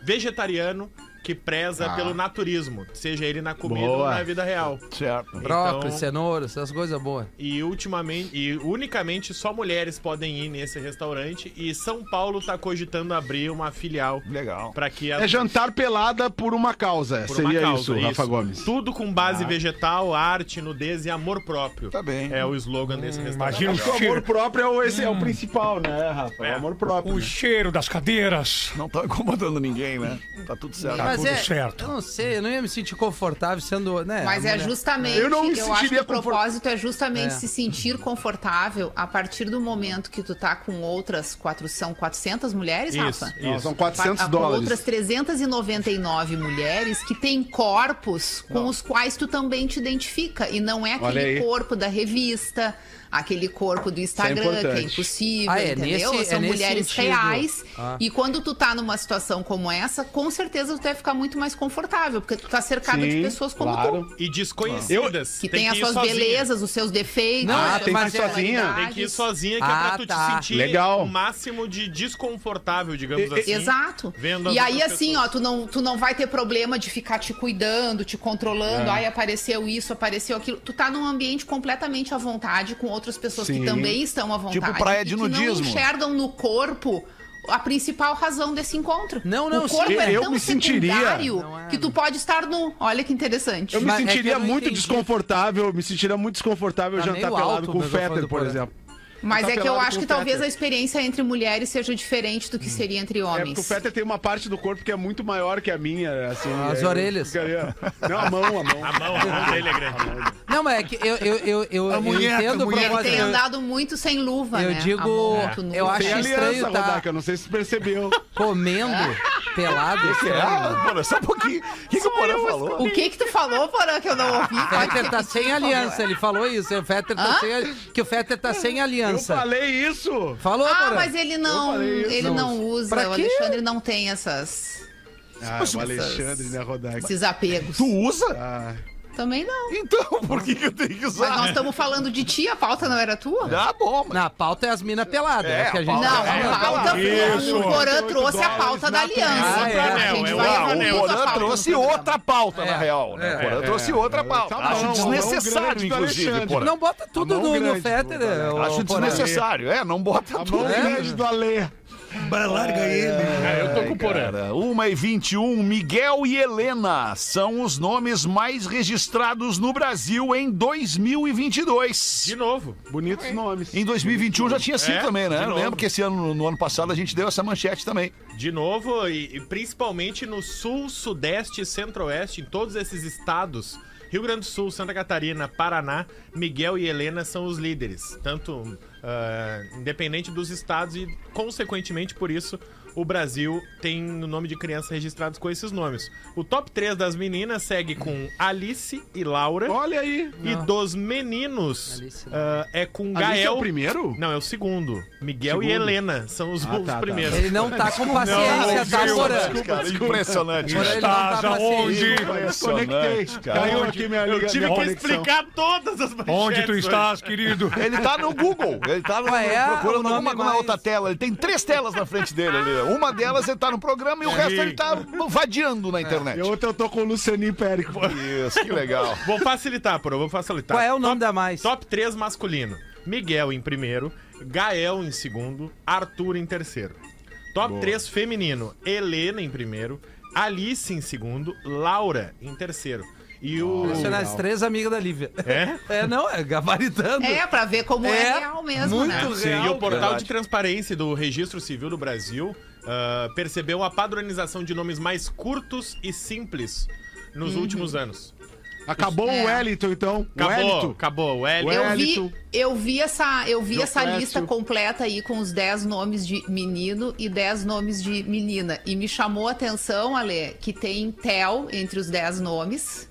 Speaker 5: vegetariano que preza pelo naturismo, seja ele na comida ou
Speaker 8: Tá. Boa.
Speaker 5: na vida real.
Speaker 2: Certo.
Speaker 6: Brócolis,
Speaker 5: Então-
Speaker 6: cenoura, essas coisas boas.
Speaker 5: E ultimamente, e unicamente só mulheres podem ir nesse restaurante e São Paulo tá cogitando abrir uma filial
Speaker 2: Legal.
Speaker 5: para que as
Speaker 8: É jantar pelada por uma causa.
Speaker 5: por uma
Speaker 8: Seria
Speaker 5: causa,
Speaker 8: isso, Rafa Gomes.
Speaker 5: Tudo com base
Speaker 7: Ah.
Speaker 5: vegetal, arte, nudez e amor próprio.
Speaker 2: Tá bem.
Speaker 5: É o slogan
Speaker 7: Hum,
Speaker 5: desse restaurante.
Speaker 10: Imagina o
Speaker 8: O amor
Speaker 10: cheiro,
Speaker 8: próprio é o, esse é o principal, né, Rafa? É o amor próprio.
Speaker 10: o cheiro das cadeiras.
Speaker 2: Não tá incomodando ninguém, né? Tá tudo certo.
Speaker 6: Mas
Speaker 10: tudo
Speaker 6: é,
Speaker 10: certo.
Speaker 6: eu não sei, eu não ia me sentir confortável sendo, né?
Speaker 7: Mas é
Speaker 6: mulher.
Speaker 7: justamente.
Speaker 8: Eu
Speaker 7: Eu,
Speaker 8: não me
Speaker 7: acho que
Speaker 8: sentiria
Speaker 7: o
Speaker 8: confort-
Speaker 7: propósito é justamente
Speaker 6: É.
Speaker 7: se sentir confortável a partir do momento que tu tá com outras. Quatro, são 400 mulheres,
Speaker 5: Isso,
Speaker 7: Rafa?
Speaker 8: Não,
Speaker 5: isso.
Speaker 8: São 400
Speaker 7: Pa- com
Speaker 8: dólares.
Speaker 7: outras 399 mulheres que têm corpos com os quais tu também te identifica. E não é
Speaker 8: Olha aí.
Speaker 7: aquele corpo da revista, aquele corpo do Instagram, que é
Speaker 8: importante.
Speaker 7: impossível,
Speaker 6: Ah, é,
Speaker 7: entendeu?
Speaker 6: nesse-
Speaker 7: São
Speaker 6: é nesse
Speaker 7: mulheres
Speaker 6: sentido.
Speaker 7: reais.
Speaker 6: Ah.
Speaker 7: E quando tu tá numa situação como essa, com certeza tu vai ficar muito mais confortável, porque tu tá cercado de pessoas como tu.
Speaker 5: E desconhecidas.
Speaker 7: Que tem, as
Speaker 5: ir
Speaker 7: suas
Speaker 5: sozinha.
Speaker 7: belezas, os seus defeitos.
Speaker 6: Não,
Speaker 7: as
Speaker 6: ah,
Speaker 7: suas
Speaker 6: tem que ir
Speaker 7: particularidades.
Speaker 8: sozinha?
Speaker 5: Tem que ir sozinha, que é
Speaker 6: Ah,
Speaker 5: pra tu
Speaker 6: tá.
Speaker 5: te sentir
Speaker 8: Legal.
Speaker 5: o máximo de desconfortável, digamos assim.
Speaker 7: Exato.
Speaker 5: Vendo as
Speaker 7: e aí,
Speaker 5: outras
Speaker 7: assim,
Speaker 5: pessoas.
Speaker 7: ó, tu não, tu não vai ter problema de ficar te cuidando, te
Speaker 8: É.
Speaker 7: controlando. Ai, apareceu isso, apareceu aquilo. Tu tá num ambiente completamente à vontade com outras pessoas
Speaker 8: Sim.
Speaker 7: que também estão à vontade.
Speaker 2: Tipo praia de
Speaker 7: e que
Speaker 2: nudismo.
Speaker 7: não enxergam no corpo a principal razão desse encontro.
Speaker 6: Não, não,
Speaker 7: O corpo
Speaker 8: sim,
Speaker 7: é
Speaker 8: eu
Speaker 7: tão
Speaker 8: me sentiria.
Speaker 7: secundário
Speaker 6: Não é,
Speaker 7: que tu
Speaker 6: não.
Speaker 7: pode estar nu. Olha que interessante.
Speaker 8: Eu me
Speaker 6: Mas é que
Speaker 8: sentiria
Speaker 6: eu não
Speaker 8: muito
Speaker 6: entendi.
Speaker 8: desconfortável, me sentiria muito desconfortável
Speaker 6: Tá
Speaker 8: jantar
Speaker 6: meio
Speaker 8: pelado
Speaker 6: alto
Speaker 8: com
Speaker 6: o
Speaker 8: o
Speaker 6: microfone
Speaker 8: Fetter,
Speaker 6: do
Speaker 8: por
Speaker 6: Porã.
Speaker 8: exemplo.
Speaker 7: Mas
Speaker 8: Tá
Speaker 7: é que eu
Speaker 8: pelado
Speaker 7: acho
Speaker 8: com
Speaker 7: que
Speaker 8: o Peter.
Speaker 7: talvez a experiência entre mulheres seja diferente do que seria entre
Speaker 8: É porque o
Speaker 7: homens.
Speaker 8: Fetter tem uma parte do corpo que é muito maior que a minha, assim.
Speaker 6: As
Speaker 8: é, eu
Speaker 6: orelhas.
Speaker 8: ficaria- Não, a mão, a mão.
Speaker 5: A mão, a mão dele é grande.
Speaker 6: Não, mas é que eu, eu, eu, eu, eu
Speaker 10: munheca,
Speaker 6: entendo
Speaker 10: a
Speaker 8: tá
Speaker 6: o
Speaker 10: munheca.
Speaker 7: Ele
Speaker 6: propósito.
Speaker 7: tem
Speaker 6: Eu,
Speaker 7: andado muito sem luva,
Speaker 6: eu
Speaker 7: né?
Speaker 6: digo,
Speaker 7: A mão muito
Speaker 6: eu
Speaker 7: nua.
Speaker 6: acho
Speaker 8: Tem aliança,
Speaker 6: estranho tá-
Speaker 8: Rodaica, não sei se você percebeu.
Speaker 6: comendo pelado.
Speaker 2: É, Porã, só um pouquinho. O que, que o Porã falou?
Speaker 7: O que que tu falou, Porã, que eu não ouvi?
Speaker 6: O
Speaker 7: Pode
Speaker 6: Fetter tá
Speaker 7: repetir,
Speaker 6: sem
Speaker 7: por
Speaker 6: aliança,
Speaker 7: favor.
Speaker 6: ele falou isso. O Fetter tá sem, ali- que o Fetter tá sem
Speaker 8: Eu
Speaker 6: aliança.
Speaker 8: falei isso!
Speaker 6: Falou,
Speaker 7: Ah,
Speaker 6: Porã?
Speaker 7: mas ele não,
Speaker 8: falei isso.
Speaker 7: ele não usa.
Speaker 6: Pra
Speaker 7: O
Speaker 6: quê?
Speaker 7: Alexandre não tem essas,
Speaker 8: Ah, o Alexandre, né, Rodaica?
Speaker 7: esses apegos.
Speaker 2: Tu usa?
Speaker 8: Ah,
Speaker 7: Também não.
Speaker 4: É.
Speaker 2: Então, por que, que eu tenho que
Speaker 7: Mas nós
Speaker 2: usar?
Speaker 7: estamos falando de ti, a pauta não era tua?
Speaker 4: Ah,
Speaker 2: Tá bom, mas...
Speaker 6: Na pauta é as minas peladas.
Speaker 2: É,
Speaker 6: É, que a
Speaker 2: a
Speaker 6: gente
Speaker 2: pauta
Speaker 7: Não,
Speaker 2: É,
Speaker 7: a pauta
Speaker 5: isso.
Speaker 7: o Porã trouxe a pauta da aliança.
Speaker 6: Ah, é.
Speaker 7: A gente
Speaker 5: É,
Speaker 7: vai
Speaker 5: é,
Speaker 2: Ah,
Speaker 7: evoluindo
Speaker 2: o
Speaker 5: Anel,
Speaker 7: a
Speaker 2: Porã
Speaker 7: pauta
Speaker 2: trouxe
Speaker 7: no programa.
Speaker 2: outra pauta, na
Speaker 6: É,
Speaker 2: real. Né?
Speaker 6: é,
Speaker 2: o Porã trouxe outra pauta.
Speaker 8: Tá
Speaker 2: Acho
Speaker 8: bom, a mão
Speaker 2: desnecessário,
Speaker 8: grande do
Speaker 2: inclusive,
Speaker 8: Alexandre.
Speaker 2: Porã.
Speaker 6: Não bota tudo
Speaker 8: A mão
Speaker 6: no, no
Speaker 8: grande,
Speaker 6: Fetter.
Speaker 8: Rodaica.
Speaker 6: ô,
Speaker 2: Acho
Speaker 6: Porã.
Speaker 2: desnecessário. É, não bota
Speaker 8: a
Speaker 2: tudo.
Speaker 8: mão
Speaker 6: É.
Speaker 8: grande do Alê.
Speaker 9: Bah, larga ele.
Speaker 5: Ah, eu tô com o Porã.
Speaker 4: Cara, 1 e 21, Miguel e Helena são os nomes mais registrados no Brasil em 2022.
Speaker 5: De novo.
Speaker 8: Bonitos nomes.
Speaker 4: Em 2021 já tinha sido
Speaker 5: É,
Speaker 4: também,
Speaker 5: de
Speaker 4: né? Eu
Speaker 5: novo.
Speaker 4: lembro que esse ano, no ano passado, a gente deu essa manchete também.
Speaker 5: De novo, e, e principalmente no sul, sudeste e centro-oeste, em todos esses estados. Rio Grande do Sul, Santa Catarina, Paraná, Miguel e Helena são os líderes. Tanto ah, independente dos estados e, consequentemente, por isso, o Brasil tem o nome de crianças registrados com esses nomes. O top 3 das meninas segue com Alice e Laura.
Speaker 8: Olha aí.
Speaker 5: E dos meninos
Speaker 6: Alice,
Speaker 5: ah, é com
Speaker 8: Alice é
Speaker 5: Gael.
Speaker 8: o primeiro?
Speaker 5: Não, é o segundo. Miguel e
Speaker 8: Segundo.
Speaker 5: Helena são os,
Speaker 8: Ah,
Speaker 5: os
Speaker 8: tá, tá.
Speaker 5: primeiros.
Speaker 6: Ele não tá com paciência,
Speaker 5: não,
Speaker 6: tá,
Speaker 5: viu?
Speaker 6: Porã?
Speaker 4: Cara, impressionante.
Speaker 6: Porã, ele não tá
Speaker 9: Estaja
Speaker 6: paciente.
Speaker 9: onde?
Speaker 4: Impressionante,
Speaker 8: Caiu
Speaker 4: cara.
Speaker 8: aqui minha
Speaker 5: Eu
Speaker 8: liga-
Speaker 5: tive
Speaker 8: minha
Speaker 5: né? que
Speaker 8: conexão.
Speaker 5: explicar todas as manchetes.
Speaker 9: Onde tu
Speaker 5: hoje.
Speaker 9: estás, querido?
Speaker 4: Ele tá no Google, ele tá no,
Speaker 6: Qual é o
Speaker 4: procurando
Speaker 6: nome
Speaker 4: alguma na
Speaker 6: mais- Ah!
Speaker 4: outra tela. Ele tem três telas na frente dele ali. Uma delas ele tá no programa e
Speaker 6: É
Speaker 4: o resto ele tá vadiando na internet.
Speaker 8: E outra eu tô com o Lucianinho Périco.
Speaker 4: Isso, que legal.
Speaker 5: Vou facilitar, Porã, vou facilitar.
Speaker 6: Qual é o nome da mais?
Speaker 5: Top 3 masculino. Miguel em primeiro, Gael em segundo, Arthur em terceiro. Top 3 feminino, Helena em primeiro, Alice em segundo, Laura em terceiro. E o...
Speaker 6: Impressionante, é as três amigas da Lívia.
Speaker 5: É?
Speaker 6: É, não, é gabaritando.
Speaker 7: É, pra ver como é,
Speaker 6: É,
Speaker 7: real mesmo, né?
Speaker 6: Muito
Speaker 5: Sim, e o
Speaker 6: real.
Speaker 5: portal
Speaker 4: verdade.
Speaker 5: de transparência do Registro Civil do Brasil ah, percebeu a padronização de nomes mais curtos e simples nos
Speaker 6: Uhum.
Speaker 5: últimos anos.
Speaker 8: Acabou
Speaker 7: É.
Speaker 8: o Wellington, então.
Speaker 5: Acabou,
Speaker 8: Wellington.
Speaker 5: acabou. O L.
Speaker 7: Eu
Speaker 8: Wellington.
Speaker 7: vi, eu vi essa, eu vi
Speaker 8: João
Speaker 7: essa
Speaker 8: Clécio.
Speaker 7: lista completa aí com os 10 nomes de menino e 10 nomes de menina. E me chamou a atenção, Ale, que tem Tel entre os 10 nomes.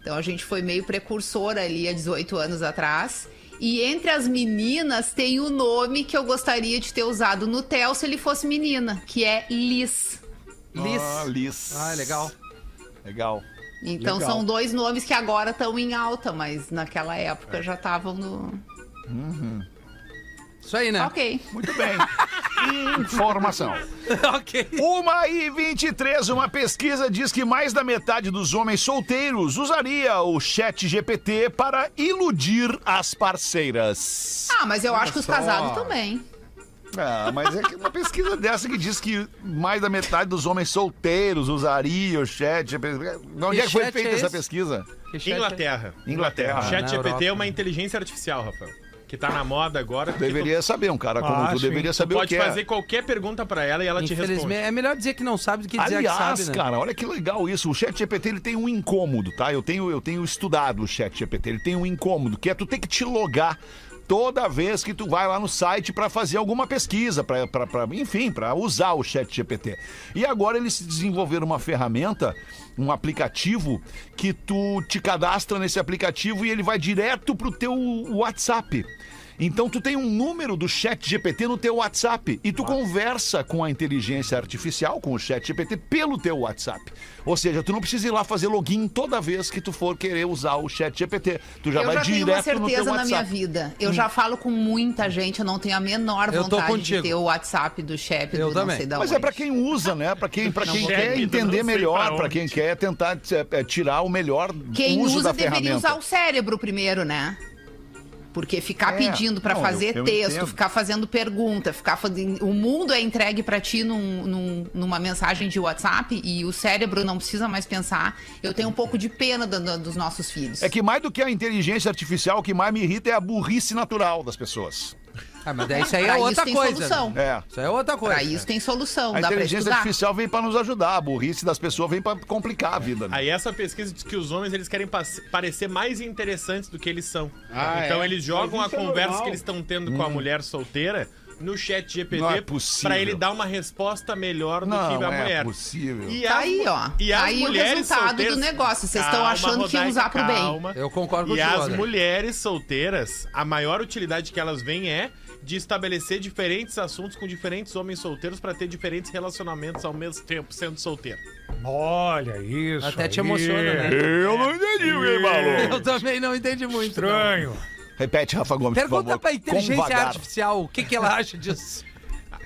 Speaker 7: Então a gente foi meio precursora ali há 18 anos atrás. E entre as meninas tem o nome que eu gostaria de ter usado no Tel se ele fosse menina, que é Liz.
Speaker 6: Liz.
Speaker 4: Ah, Liz.
Speaker 6: Ah, legal.
Speaker 4: Legal.
Speaker 7: Então
Speaker 8: Legal.
Speaker 7: são dois nomes que agora estão em alta, mas naquela época
Speaker 8: É.
Speaker 7: já estavam no.
Speaker 6: Isso aí, né?
Speaker 7: Ok.
Speaker 4: Muito bem. Informação.
Speaker 6: ok.
Speaker 4: Uma e 23, uma pesquisa diz que mais da metade dos homens solteiros usaria o chat GPT para iludir as parceiras.
Speaker 7: Ah, mas eu acho que os casados também.
Speaker 4: Ah, mas é que uma pesquisa dessa que diz que mais da metade dos homens solteiros usaria o chat GPT. Onde é que foi
Speaker 6: chat
Speaker 4: feita
Speaker 6: é
Speaker 4: essa
Speaker 6: esse?
Speaker 4: pesquisa?
Speaker 6: Que chat é-
Speaker 5: Inglaterra.
Speaker 4: Inglaterra.
Speaker 5: O Chat
Speaker 6: Na
Speaker 5: GPT é
Speaker 6: Europa.
Speaker 5: uma inteligência artificial, Rafael. Que tá na moda agora. porque
Speaker 4: Deveria saber, um cara como
Speaker 9: Ah,
Speaker 4: tu
Speaker 9: sim.
Speaker 4: deveria
Speaker 5: tu
Speaker 4: saber o
Speaker 5: pode
Speaker 4: que é.
Speaker 5: fazer qualquer pergunta pra ela e ela te responde.
Speaker 6: Infelizmente, é melhor dizer que não sabe do que dizer
Speaker 4: Aliás,
Speaker 6: que sabe, né?
Speaker 4: cara, olha que legal isso. O chat GPT ele tem um incômodo, tá? Eu tenho, eu tenho estudado o chat GPT, ele tem um incômodo, que é tu ter que te logar toda vez que tu vai lá no site pra fazer alguma pesquisa, pra, pra, pra- enfim, pra usar o chat GPT. E agora eles desenvolveram uma ferramenta, um aplicativo, que tu te cadastra nesse aplicativo e ele vai direto pro teu WhatsApp. Então tu tem um número do chat GPT no teu WhatsApp e tu conversa com a inteligência artificial, com o chat GPT, pelo teu WhatsApp. Ou seja, tu não precisa ir lá fazer login toda vez que tu for querer usar o chat GPT. Tu já
Speaker 7: eu
Speaker 4: vai
Speaker 7: já tenho uma
Speaker 4: direto no teu
Speaker 7: certeza na minha
Speaker 4: WhatsApp. Hum.
Speaker 7: vida. Eu já falo com muita gente, eu não tenho a menor
Speaker 6: Eu tô
Speaker 7: vontade de
Speaker 6: contigo.
Speaker 7: ter o WhatsApp do chefe do
Speaker 6: Eu
Speaker 7: não
Speaker 6: também.
Speaker 7: sei da
Speaker 4: Mas
Speaker 7: onde.
Speaker 4: é pra quem usa, né? Pra quem, pra quem
Speaker 5: vou
Speaker 4: quer
Speaker 5: ter,
Speaker 4: entender
Speaker 5: não sei pra
Speaker 4: melhor,
Speaker 5: onde.
Speaker 4: pra quem quer tentar é, é, tirar o melhor
Speaker 7: Quem
Speaker 4: uso da
Speaker 7: usa deveria
Speaker 4: ferramenta.
Speaker 7: usar o cérebro primeiro, né? Porque ficar
Speaker 4: É,
Speaker 7: pedindo pra
Speaker 4: não,
Speaker 7: fazer
Speaker 4: eu- eu
Speaker 7: texto,
Speaker 4: entendo.
Speaker 7: ficar fazendo pergunta, ficar fazendo. O mundo é entregue pra ti num- num- numa mensagem de WhatsApp e o cérebro não precisa mais pensar. Eu tenho um pouco de pena do- do- dos nossos filhos.
Speaker 4: É que mais do que a inteligência artificial, o que mais me irrita é a burrice natural das pessoas.
Speaker 6: Ah, mas daí isso aí é
Speaker 7: Pra isso
Speaker 6: outra
Speaker 7: tem
Speaker 6: coisa.
Speaker 7: solução.
Speaker 6: né?
Speaker 4: É.
Speaker 6: Isso aí é outra coisa.
Speaker 7: Pra isso tem solução,
Speaker 4: A
Speaker 7: dá pra
Speaker 4: inteligência
Speaker 7: estudar.
Speaker 4: artificial vem pra nos ajudar, a burrice das pessoas vem pra complicar a vida. Né?
Speaker 5: Aí essa pesquisa diz que os homens eles querem pas- parecer mais interessantes do que eles são.
Speaker 8: Ah,
Speaker 5: então
Speaker 8: é?
Speaker 5: eles jogam a
Speaker 8: Mas isso é
Speaker 5: conversa
Speaker 8: normal.
Speaker 5: que eles estão tendo com a mulher solteira no chat GPT
Speaker 4: Hum. Não é possível.
Speaker 5: pra ele dar uma resposta melhor do
Speaker 4: Não
Speaker 5: que a
Speaker 4: é
Speaker 5: mulher.
Speaker 4: possível.
Speaker 5: E
Speaker 7: Tá
Speaker 5: as
Speaker 7: aí,
Speaker 5: mu-
Speaker 7: ó.
Speaker 5: e as
Speaker 7: Aí o
Speaker 5: mulheres
Speaker 7: resultado do negócio. Vocês estão
Speaker 5: Calma,
Speaker 7: achando que
Speaker 5: Rodaica,
Speaker 7: usar pro bem.
Speaker 5: calma.
Speaker 6: Eu concordo
Speaker 5: E
Speaker 6: contigo,
Speaker 5: as
Speaker 6: André.
Speaker 5: mulheres solteiras, a maior utilidade que elas veem é de estabelecer diferentes assuntos com diferentes homens solteiros pra ter diferentes relacionamentos ao mesmo tempo sendo solteiro.
Speaker 9: Olha isso.
Speaker 6: Até te
Speaker 9: aí.
Speaker 6: emociona, né?
Speaker 4: Eu não entendi o que ele falou.
Speaker 6: Eu também não entendi muito. não.
Speaker 9: Estranho.
Speaker 4: Repete, Rafa Gomes, por
Speaker 6: Pergunta
Speaker 4: favor.
Speaker 6: pra
Speaker 4: Com um
Speaker 6: inteligência
Speaker 4: vagar.
Speaker 6: artificial o que, que ela acha disso.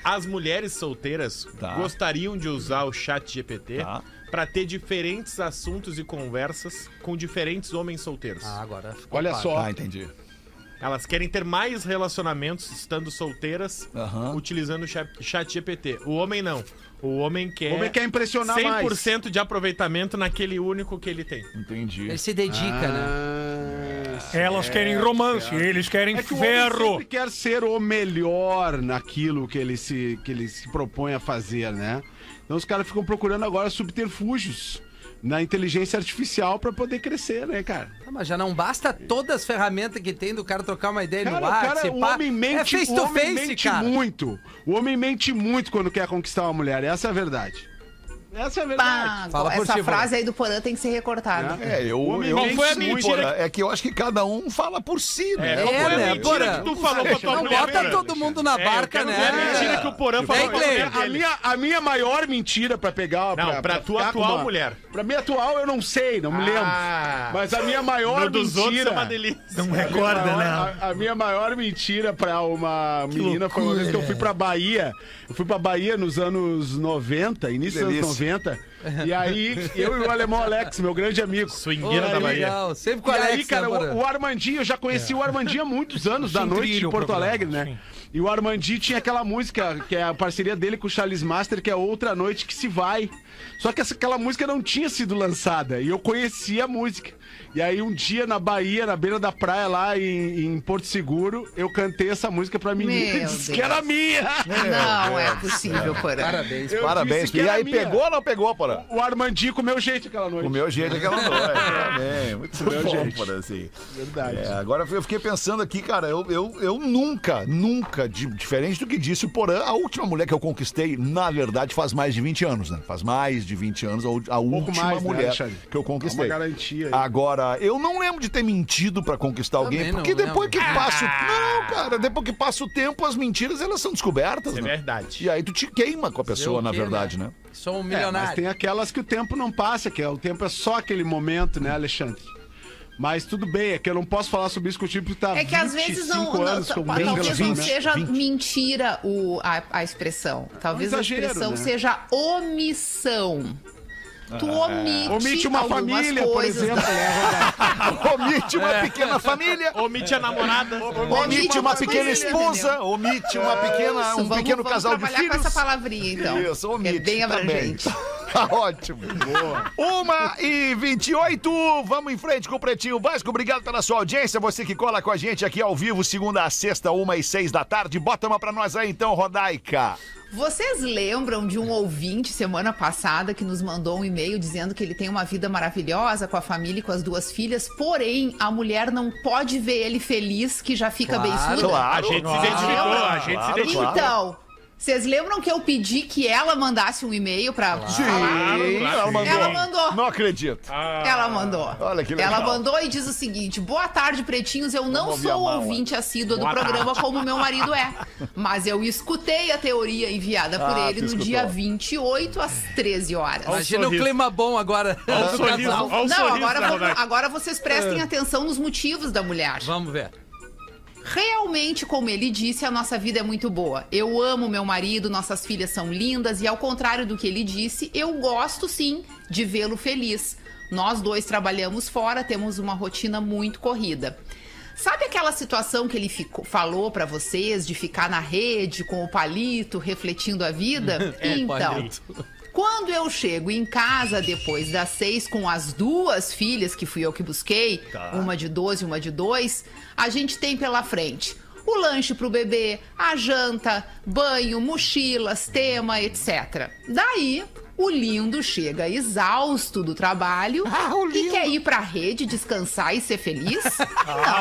Speaker 5: As mulheres solteiras
Speaker 4: Tá.
Speaker 5: gostariam de usar o chat GPT
Speaker 4: Tá.
Speaker 5: pra ter diferentes assuntos e conversas com diferentes homens solteiros.
Speaker 6: Ah, agora ficou
Speaker 8: Olha
Speaker 6: claro.
Speaker 8: só.
Speaker 4: Ah, entendi.
Speaker 5: Elas querem ter mais relacionamentos estando solteiras,
Speaker 11: Aham.
Speaker 5: utilizando o chat, chat GPT. O homem não. O homem quer,
Speaker 8: O é homem quer impressionar mais.
Speaker 5: 100% de aproveitamento naquele único que ele tem.
Speaker 4: Entendi.
Speaker 6: Ele se dedica,
Speaker 8: Ah.
Speaker 6: né?
Speaker 9: Elas querem romance, eles querem
Speaker 8: É Ah, que o homem
Speaker 9: ferro.
Speaker 8: sempre quer ser o melhor naquilo que ele se, que ele se propõe a fazer, né? Então os caras ficam procurando agora subterfúgios na inteligência artificial pra poder crescer, né, cara?
Speaker 6: Tá, mas já não basta todas as ferramentas que tem do cara trocar uma ideia
Speaker 8: Cara,
Speaker 6: no
Speaker 8: o,
Speaker 6: ar,
Speaker 8: cara, o homem mente,
Speaker 6: É face
Speaker 8: o
Speaker 6: to
Speaker 8: homem
Speaker 6: face,
Speaker 8: mente
Speaker 6: cara.
Speaker 8: muito. O homem mente muito quando quer conquistar uma mulher, essa é a verdade. Essa é a verdade.
Speaker 7: Pá,
Speaker 6: Fala por
Speaker 7: essa
Speaker 6: ti, Porã.
Speaker 7: frase aí do Porã tem que ser recortada.
Speaker 4: É, eu,
Speaker 8: Homem,
Speaker 4: eu
Speaker 8: qual foi a
Speaker 4: sim,
Speaker 5: mentira
Speaker 4: porra, é que eu acho que cada um fala por si, né?
Speaker 5: É,
Speaker 6: qual
Speaker 5: é,
Speaker 6: foi a
Speaker 5: né,
Speaker 6: mentira
Speaker 5: Porã?
Speaker 6: que
Speaker 5: tu falou pra tua
Speaker 6: Não
Speaker 5: mulher,
Speaker 6: bota
Speaker 5: Porã?
Speaker 6: todo mundo na
Speaker 5: É,
Speaker 6: barca,
Speaker 5: eu quero
Speaker 6: né?
Speaker 5: ver a mentira que o Porã
Speaker 6: Vem,
Speaker 5: falou pra
Speaker 6: Cleide.
Speaker 5: mulher
Speaker 8: A
Speaker 5: dele.
Speaker 8: minha, a minha maior mentira pra pegar.
Speaker 5: Não, pra tua
Speaker 8: ficar com
Speaker 5: atual mulher.
Speaker 8: Pra minha atual, eu não sei, não me
Speaker 5: Ah.
Speaker 8: lembro. Mas a minha maior
Speaker 5: No dos outros
Speaker 8: mentira.
Speaker 5: é uma delícia.
Speaker 9: Não
Speaker 8: a minha
Speaker 9: recorda,
Speaker 8: maior-
Speaker 9: né?
Speaker 8: a, a minha maior mentira pra uma menina foi uma vez que eu fui pra Bahia. Eu fui pra Bahia nos anos 90, início dos anos 90. E aí, eu e o alemão Alex, meu grande amigo.
Speaker 5: Swingueira
Speaker 8: E
Speaker 5: da
Speaker 8: aí,
Speaker 5: Bahia.
Speaker 6: Legal, sempre com
Speaker 8: e
Speaker 9: é
Speaker 6: o Alex,
Speaker 8: aí,
Speaker 6: né,
Speaker 8: cara,
Speaker 6: Porã?
Speaker 8: o, o Armandinho, eu já conheci o Armandinho há muitos anos, da
Speaker 9: Sim,
Speaker 8: noite
Speaker 9: trilha
Speaker 8: de
Speaker 9: o
Speaker 8: Porto
Speaker 9: programa,
Speaker 8: Alegre, né?
Speaker 9: sim.
Speaker 8: E o Armandinho tinha aquela música, que é a parceria dele com o Charles Master, que é Outra Noite Que Se Vai. Só que essa, aquela música não tinha sido lançada, e eu conhecia a música. E aí, um dia, na Bahia, na beira da praia, lá em, em Porto Seguro, eu cantei essa música pra menina e
Speaker 7: Meu
Speaker 8: disse
Speaker 7: Deus.
Speaker 8: que era minha!
Speaker 7: Não é possível, Porã.
Speaker 6: Parabéns.
Speaker 8: Eu
Speaker 4: Parabéns.
Speaker 8: disse que
Speaker 4: E
Speaker 8: era
Speaker 4: aí,
Speaker 8: minha.
Speaker 4: pegou ou não pegou, Porã?
Speaker 8: O Armandinho comeu jeito aquela noite.
Speaker 4: O meu jeito é que ela não é. Parabéns. Muito bom,
Speaker 8: jeito.
Speaker 4: Porã, assim.
Speaker 8: Verdade.
Speaker 4: É, agora eu fiquei pensando aqui, cara, eu, eu, eu nunca, nunca, di- diferente do que disse o Porã, a última mulher que eu conquistei, na verdade, faz mais de 20 anos, né? Faz mais de 20 anos a, u- a última
Speaker 8: mais, né,
Speaker 4: mulher
Speaker 8: Alexandre?
Speaker 4: que eu conquistei.
Speaker 8: É uma garantia aí.
Speaker 4: Agora, eu não lembro de ter mentido pra conquistar alguém,
Speaker 6: Também não
Speaker 4: porque depois
Speaker 6: lembro. Ah!
Speaker 4: que passa o... Não, cara, depois que passa o tempo, as mentiras, elas são descobertas,
Speaker 5: É
Speaker 4: né?
Speaker 5: verdade.
Speaker 4: E aí tu te queima com a pessoa,
Speaker 6: o
Speaker 4: na
Speaker 6: quê,
Speaker 4: verdade, né?
Speaker 6: Sou um
Speaker 8: É, mas
Speaker 6: milionário.
Speaker 8: tem aquelas que o tempo não passa, que é- o tempo é só aquele momento, né, Alexandre? Mas tudo bem, é que eu não posso falar sobre isso contigo porque tá
Speaker 7: É que às vezes não,
Speaker 8: 25
Speaker 7: não-
Speaker 8: anos com o mesmo
Speaker 7: talvez não
Speaker 8: relacionamento.
Speaker 7: seja mentira o, a, a expressão. Talvez
Speaker 8: É um
Speaker 7: a
Speaker 8: exagero,
Speaker 7: expressão
Speaker 8: né?
Speaker 7: seja omissão. Tu omite,
Speaker 8: Omite uma
Speaker 7: algumas
Speaker 8: família, por
Speaker 7: coisas
Speaker 8: exemplo.
Speaker 7: da-
Speaker 8: né, Roberto?
Speaker 4: Omite
Speaker 6: É.
Speaker 4: uma pequena família,
Speaker 5: Omite a namorada.
Speaker 4: omite uma pequena
Speaker 7: família,
Speaker 4: esposa, omite uma pequena,
Speaker 7: é, Isso,
Speaker 4: um
Speaker 7: vamos-
Speaker 4: pequeno
Speaker 7: vamos
Speaker 4: casal de
Speaker 7: trabalhar
Speaker 4: filhos.
Speaker 7: com essa palavrinha, então.
Speaker 4: Isso,
Speaker 7: que
Speaker 4: omite.
Speaker 7: é bem
Speaker 4: tá
Speaker 7: abrangente.
Speaker 4: bem. Tá ótimo. Uma e 28. Vamos em frente com o Pretinho Básico. Obrigado pela sua audiência. Você que cola com a gente aqui ao vivo, segunda a sexta, uma e seis da tarde. Bota uma pra nós aí então, Rodaica.
Speaker 7: Vocês lembram de um ouvinte semana passada que nos mandou um e-mail dizendo que ele tem uma vida maravilhosa com a família e com as duas filhas, porém a mulher não pode ver ele feliz, que já fica
Speaker 6: Claro.
Speaker 7: beiçuda?
Speaker 5: A gente se identificou, a gente se
Speaker 4: Claro,
Speaker 5: identificou.
Speaker 4: claro.
Speaker 7: Então, vocês lembram que eu pedi que ela mandasse um e-mail pra falar?
Speaker 5: claro,
Speaker 4: ela
Speaker 5: sim.
Speaker 4: mandou.
Speaker 7: Ela mandou.
Speaker 4: Não acredito.
Speaker 12: Ah,
Speaker 7: Ela mandou.
Speaker 4: Olha que legal.
Speaker 7: Ela mandou e diz o seguinte: Boa tarde, pretinhos. Eu não
Speaker 4: ouvir a
Speaker 7: sou
Speaker 4: mala.
Speaker 7: ouvinte assídua do
Speaker 5: Boa
Speaker 7: programa como meu marido é, mas eu escutei a teoria enviada por
Speaker 4: Ah,
Speaker 7: ele
Speaker 4: tu
Speaker 7: no
Speaker 4: escutou.
Speaker 7: dia 28 às 13 horas.
Speaker 6: Imagina o
Speaker 5: sorriso.
Speaker 6: clima bom agora.
Speaker 5: Olha o
Speaker 6: do
Speaker 5: sorriso,
Speaker 6: casal.
Speaker 5: olha o
Speaker 7: não,
Speaker 5: sorriso
Speaker 7: agora,
Speaker 5: da
Speaker 7: vamos-
Speaker 5: Rodaica.
Speaker 7: agora vocês prestem atenção nos motivos da mulher.
Speaker 6: Vamos ver.
Speaker 7: Realmente, como ele disse, a nossa vida é muito boa. Eu amo meu marido, nossas filhas são lindas e, ao contrário do que ele disse, eu gosto sim de vê-lo feliz. Nós dois trabalhamos fora, temos uma rotina muito corrida. Sabe aquela situação que ele ficou- falou pra vocês de ficar na rede com o palito, refletindo a vida?
Speaker 5: É,
Speaker 7: então,
Speaker 6: palito.
Speaker 7: quando eu chego em casa depois das seis com as duas filhas que fui eu que busquei, uma de 12 e uma de 2, a gente tem pela frente o lanche pro bebê, a janta, banho, mochilas, tema, etc. Daí, o lindo chega exausto do trabalho e quer ir pra rede descansar e ser feliz?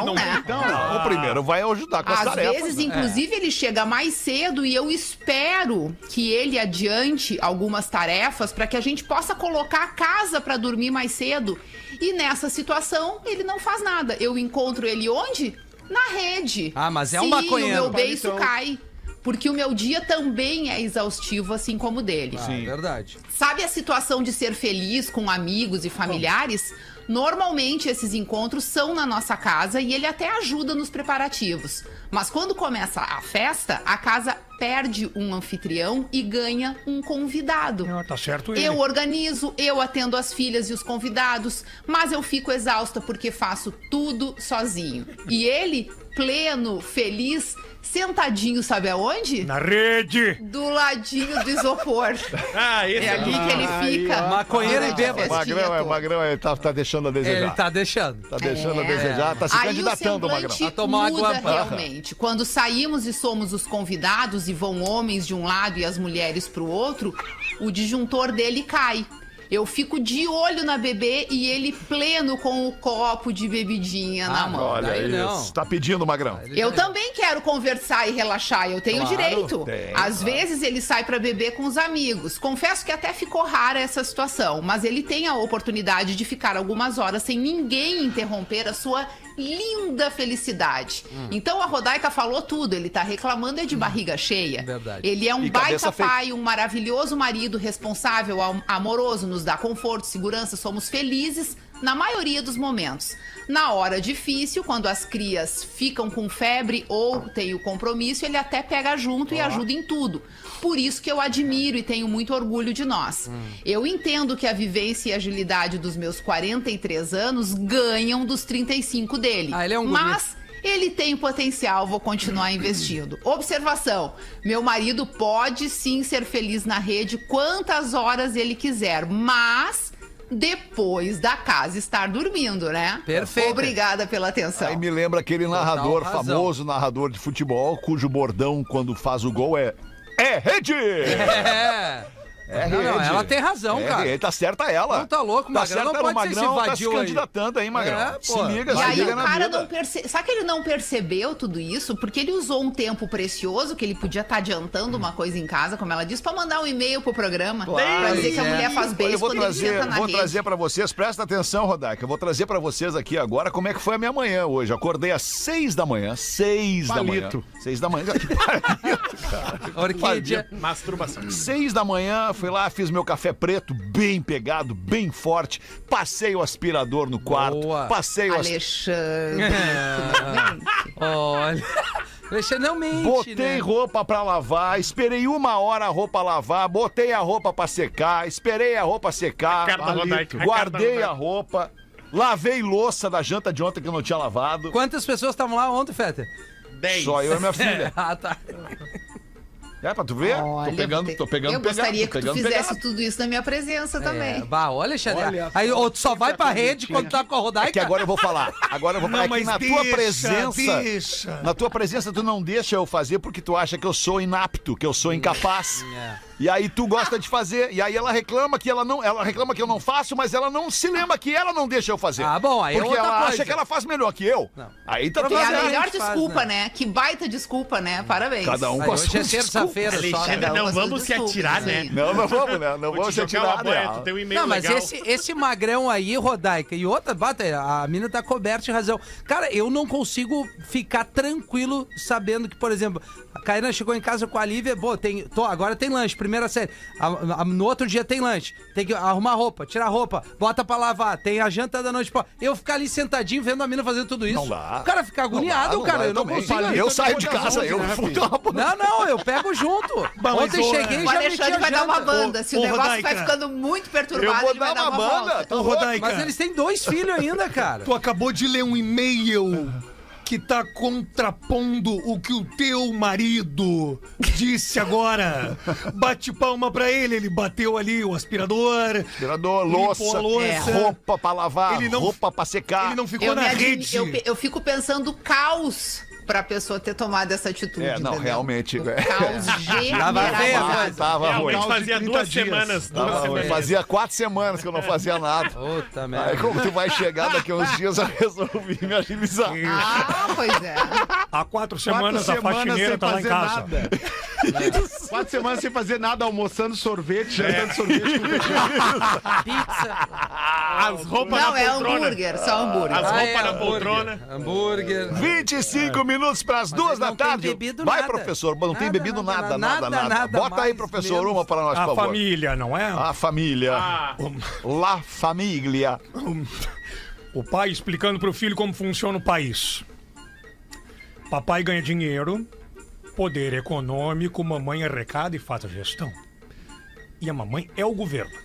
Speaker 7: não, né?
Speaker 4: Não, o primeiro vai ajudar com as
Speaker 7: Às
Speaker 4: tarefas.
Speaker 7: vezes,
Speaker 4: né?
Speaker 7: inclusive, ele chega mais cedo e eu espero que ele adiante algumas tarefas para que a gente possa colocar a casa para dormir mais cedo. E nessa situação, ele não faz nada. Eu encontro ele onde? Na rede.
Speaker 6: Ah, mas é um
Speaker 7: Sim,
Speaker 6: maconheiro.
Speaker 7: o meu beiço cai. Porque o meu dia também é exaustivo, assim como o dele.
Speaker 6: Ah, verdade.
Speaker 7: Sabe a situação de ser feliz com amigos e familiares? Normalmente esses encontros são na nossa casa e ele até ajuda nos preparativos. Mas quando começa a festa, a casa perde um anfitrião e ganha um convidado.
Speaker 12: tá certo ele.
Speaker 7: Eu organizo, eu atendo as filhas e os convidados, mas eu fico exausta porque faço tudo sozinho. E ele, pleno, feliz, sentadinho, sabe aonde?
Speaker 12: Na rede!
Speaker 7: Do ladinho do isopor.
Speaker 5: Ah, esse
Speaker 7: é ali que ele fica.
Speaker 6: Maconheiro e
Speaker 7: durante a
Speaker 6: bêbado.
Speaker 7: festinha
Speaker 4: Magrão, é,
Speaker 7: toda.
Speaker 4: Magrão é, tá, tá deixando a desejar.
Speaker 6: Ele tá deixando.
Speaker 4: Tá deixando a desejar, tá se
Speaker 7: Aí
Speaker 4: candidatando,
Speaker 7: o
Speaker 4: Magrão.
Speaker 7: semblante
Speaker 6: A tomar
Speaker 7: muda
Speaker 6: água.
Speaker 7: realmente. Quando saímos e somos os convidados e vão homens de um lado e as mulheres pro outro, o disjuntor dele cai. Eu fico de olho na bebê e ele pleno com o copo de bebidinha
Speaker 6: Ah,
Speaker 7: na mão.
Speaker 4: Olha
Speaker 6: Daí não.
Speaker 4: isso. Tá pedindo, Magrão.
Speaker 7: Eu também quero conversar e relaxar, eu tenho
Speaker 4: Claro,
Speaker 7: direito.
Speaker 4: tem,
Speaker 7: Às vezes ele sai pra beber com os amigos. Confesso que até ficou rara essa situação, mas ele tem a oportunidade de ficar algumas horas sem ninguém interromper a sua linda felicidade. Então a Rodaica falou tudo, ele tá reclamando é de barriga cheia.
Speaker 6: Verdade.
Speaker 7: Ele é um
Speaker 4: E
Speaker 7: baita
Speaker 4: cabeça feita.
Speaker 7: pai, um maravilhoso marido, responsável, am- amoroso, nos dá conforto, segurança, somos felizes na maioria dos momentos. Na hora difícil, quando as crias ficam com febre ou tem o compromisso, ele até pega junto e ajuda em tudo. Por isso que eu admiro e tenho muito orgulho de nós.
Speaker 4: Hum.
Speaker 7: Eu entendo que a vivência e agilidade dos meus 43 anos ganham dos 35 dele.
Speaker 6: Ah, ele é um guri.
Speaker 7: mas ele tem potencial, vou continuar investindo. Observação: meu marido pode sim ser feliz na rede quantas horas ele quiser, mas depois da casa estar dormindo, né?
Speaker 6: Perfeito.
Speaker 7: Obrigada pela atenção.
Speaker 4: Aí me lembra aquele narrador,
Speaker 6: razão.
Speaker 4: famoso narrador de futebol, cujo bordão, quando faz o gol, é. É rede!
Speaker 6: É.
Speaker 4: É
Speaker 6: Não, não,
Speaker 4: rede.
Speaker 6: ela tem razão,
Speaker 4: É
Speaker 6: cara.
Speaker 4: rede, tá certa ela.
Speaker 6: Não tá louco,
Speaker 4: tá
Speaker 6: Magrão,
Speaker 4: certa
Speaker 6: não
Speaker 4: ela,
Speaker 6: pode ser esse
Speaker 4: Magrão tá
Speaker 6: vadio
Speaker 4: se
Speaker 6: aí.
Speaker 4: candidatando aí, Magrão.
Speaker 6: É, pô.
Speaker 4: se liga,
Speaker 7: E
Speaker 4: se
Speaker 7: aí
Speaker 4: liga
Speaker 7: o
Speaker 4: na
Speaker 7: cara
Speaker 4: vida.
Speaker 7: não percebeu. Sabe que ele não percebeu tudo isso? Porque ele usou um tempo precioso, que ele podia estar adiantando uma coisa em casa, como ela disse, pra mandar um e-mail pro programa. pra dizer que a mulher faz bem
Speaker 4: É. Eu vou
Speaker 7: quando ele
Speaker 4: trazer,
Speaker 7: senta na
Speaker 4: vou
Speaker 7: rede.
Speaker 4: trazer um para vocês, presta atenção, Rodak. Eu vou trazer para vocês aqui agora como é que foi a minha manhã hoje. Acordei às seis da manhã. Seis da
Speaker 8: Palito.
Speaker 4: manhã. Seis da manhã. Que palito, cara.
Speaker 6: Orquídea.
Speaker 5: Masturbação.
Speaker 4: Seis da manhã, fui lá, fiz meu café preto bem pegado, bem forte. Passei o aspirador no quarto.
Speaker 6: Boa.
Speaker 4: Passei o aspirador.
Speaker 7: Alexandre.
Speaker 6: Olha. Alexandre, não mente,
Speaker 4: Botei
Speaker 6: né?
Speaker 4: roupa pra lavar, esperei uma hora a roupa lavar, botei a roupa pra secar, esperei a roupa secar,
Speaker 5: Ricardo
Speaker 4: ali,
Speaker 5: Rodaica.
Speaker 4: guardei
Speaker 5: Ricardo
Speaker 4: a roupa, lavei louça da janta de ontem que eu não tinha lavado.
Speaker 6: Quantas pessoas estavam lá ontem, Feta?
Speaker 5: 10.
Speaker 4: Só eu e minha filha.
Speaker 6: Ah, tá.
Speaker 4: É pra tu ver? tô pegando, tô pegando
Speaker 7: Eu
Speaker 4: pegado,
Speaker 7: gostaria
Speaker 4: tô
Speaker 7: que tu
Speaker 4: pegando
Speaker 7: fizesse
Speaker 4: pegado.
Speaker 7: tudo isso na minha presença
Speaker 6: É,
Speaker 7: também.
Speaker 6: bah, olha, Alexandre.
Speaker 8: Olha
Speaker 6: aí
Speaker 8: só
Speaker 6: ou tu só
Speaker 8: que
Speaker 6: vai pra
Speaker 8: bacana,
Speaker 6: rede quando tá com a
Speaker 4: É que
Speaker 6: Rodaica.
Speaker 4: agora eu vou falar. Agora eu vou falar é
Speaker 9: Não,
Speaker 4: que
Speaker 9: mas
Speaker 4: na tua
Speaker 9: deixa,
Speaker 4: presença.
Speaker 9: deixa.
Speaker 4: Na tua presença, tu não deixa eu fazer porque tu acha que eu sou inapto, que eu sou incapaz.
Speaker 6: É.
Speaker 4: E aí tu gosta de fazer. E aí ela reclama que ela não. Ela reclama que eu não faço, mas ela não se lembra que ela não deixa eu fazer.
Speaker 6: Ah, bom, aí é
Speaker 4: Porque
Speaker 6: outra
Speaker 4: ela
Speaker 6: coisa.
Speaker 4: acha que ela faz melhor que eu.
Speaker 6: Não.
Speaker 4: Aí tá
Speaker 7: Que é a
Speaker 6: Provavelmente
Speaker 7: melhor
Speaker 6: faz,
Speaker 7: desculpa,
Speaker 6: né?
Speaker 7: né? Que baita desculpa, né? Parabéns.
Speaker 4: Cada um
Speaker 6: Mas
Speaker 4: com a
Speaker 6: hoje
Speaker 4: sua
Speaker 6: é terça-feira só.
Speaker 5: Alexandre,
Speaker 6: né?
Speaker 5: não
Speaker 7: Mas
Speaker 5: vamos
Speaker 7: tudo
Speaker 5: se atirar,
Speaker 7: desculpa,
Speaker 5: né?
Speaker 7: sim.
Speaker 4: Não, não vamos, né? Não
Speaker 5: Vou
Speaker 4: vamos
Speaker 5: te
Speaker 4: se
Speaker 5: jogar uma
Speaker 4: atirar,
Speaker 5: boia,
Speaker 4: né?
Speaker 5: tu tem um e-mail
Speaker 6: Não, mas
Speaker 5: legal.
Speaker 6: esse, esse magrão aí, Rodaica, e outra, bata, a mina tá coberta de razão. Cara, eu não consigo ficar tranquilo sabendo que, por exemplo, a Karina chegou em casa com a Lívia, pô, tem, tô, agora tem lanche, primeira série. A- a- no outro dia tem lanche. Tem que arrumar roupa, tirar roupa, bota pra lavar, tem a janta da noite. Pô, eu ficar ali sentadinho vendo a mina fazendo tudo isso.
Speaker 4: Não dá.
Speaker 6: O cara fica agoniado,
Speaker 4: Não dá, não
Speaker 6: cara,
Speaker 4: dá,
Speaker 6: eu não
Speaker 4: também.
Speaker 6: consigo.
Speaker 4: Eu saio de casa, eu vou dar uma
Speaker 6: Não, não, eu pego junto.
Speaker 9: mas
Speaker 6: Ontem
Speaker 4: então,
Speaker 9: o-
Speaker 6: cheguei
Speaker 4: é.
Speaker 7: O
Speaker 6: e já meti a
Speaker 7: Alexandre vai dar uma
Speaker 6: janta.
Speaker 7: banda. Se o
Speaker 9: Ô,
Speaker 7: negócio vai
Speaker 9: Rodaica,
Speaker 7: ficando muito
Speaker 4: Eu
Speaker 7: perturbado,
Speaker 4: vou
Speaker 7: ele vai
Speaker 4: dar uma
Speaker 7: dar uma
Speaker 4: banda.
Speaker 7: volta.
Speaker 4: tá
Speaker 9: Ô,
Speaker 4: louco?
Speaker 9: Rodaica,
Speaker 6: Mas eles têm dois filhos ainda, cara.
Speaker 9: tu acabou de ler um e-mail que tá contrapondo o que o teu marido disse agora. Bate palma pra ele, ele bateu ali o aspirador.
Speaker 4: Tirador,
Speaker 9: Limpou
Speaker 4: louça,
Speaker 9: a louça.
Speaker 4: roupa pra lavar,
Speaker 9: Ele não-
Speaker 4: roupa pra secar.
Speaker 9: Ele não ficou
Speaker 7: Eu,
Speaker 9: na
Speaker 7: me admi-
Speaker 9: rede.
Speaker 7: eu, pe- eu fico pensando o caos pra pessoa ter tomado essa atitude.
Speaker 4: É, não,
Speaker 7: entendeu?
Speaker 4: realmente,
Speaker 7: O
Speaker 4: é.
Speaker 7: Caos
Speaker 6: ver,
Speaker 4: Ah,
Speaker 7: generalizado.
Speaker 4: tava ruim.
Speaker 5: Realmente
Speaker 9: Caos de
Speaker 5: fazia
Speaker 9: 30
Speaker 5: duas
Speaker 9: dias.
Speaker 5: semanas.
Speaker 4: Tava
Speaker 5: Duas
Speaker 4: ruim.
Speaker 5: semanas.
Speaker 4: Fazia quatro semanas que eu não fazia nada.
Speaker 6: Puta merda.
Speaker 4: Aí como tu vai chegar daqui a uns dias, eu resolvi me agilizar.
Speaker 7: Ah, pois é.
Speaker 12: Há quatro semanas a
Speaker 8: semanas
Speaker 12: faxineira
Speaker 8: sem
Speaker 12: tá lá em
Speaker 8: fazer
Speaker 12: casa.
Speaker 8: nada. Quatro semanas sem fazer nada, almoçando sorvete,
Speaker 12: É.
Speaker 8: jantando sorvete com feijão.
Speaker 6: Pizza.
Speaker 5: As roupas
Speaker 7: Não,
Speaker 5: na
Speaker 7: é
Speaker 5: poltrona.
Speaker 7: hambúrguer, só hambúrguer.
Speaker 5: As
Speaker 6: Ah,
Speaker 5: roupas
Speaker 6: é,
Speaker 5: na
Speaker 6: hambúrguer.
Speaker 5: poltrona.
Speaker 6: Hambúrguer.
Speaker 4: 25 minutos para as
Speaker 6: É. ele
Speaker 4: duas da
Speaker 6: não tem
Speaker 4: tarde.
Speaker 6: bebido
Speaker 4: Vai,
Speaker 6: nada.
Speaker 4: professor, mas não tem
Speaker 6: Nada,
Speaker 4: bebido
Speaker 6: nada,
Speaker 4: nada, nada,
Speaker 6: nada,
Speaker 4: nada.
Speaker 6: nada,
Speaker 4: Bota aí,
Speaker 6: mais,
Speaker 4: professor,
Speaker 6: menos.
Speaker 4: uma para nós,
Speaker 12: A
Speaker 4: por favor.
Speaker 12: família, não é?
Speaker 4: A família.
Speaker 5: Ah,
Speaker 4: La família.
Speaker 12: O pai explicando pro filho como funciona o país. Papai ganha dinheiro,
Speaker 9: Poder econômico, mamãe arrecada e faz a gestão. E a mamãe é o governo.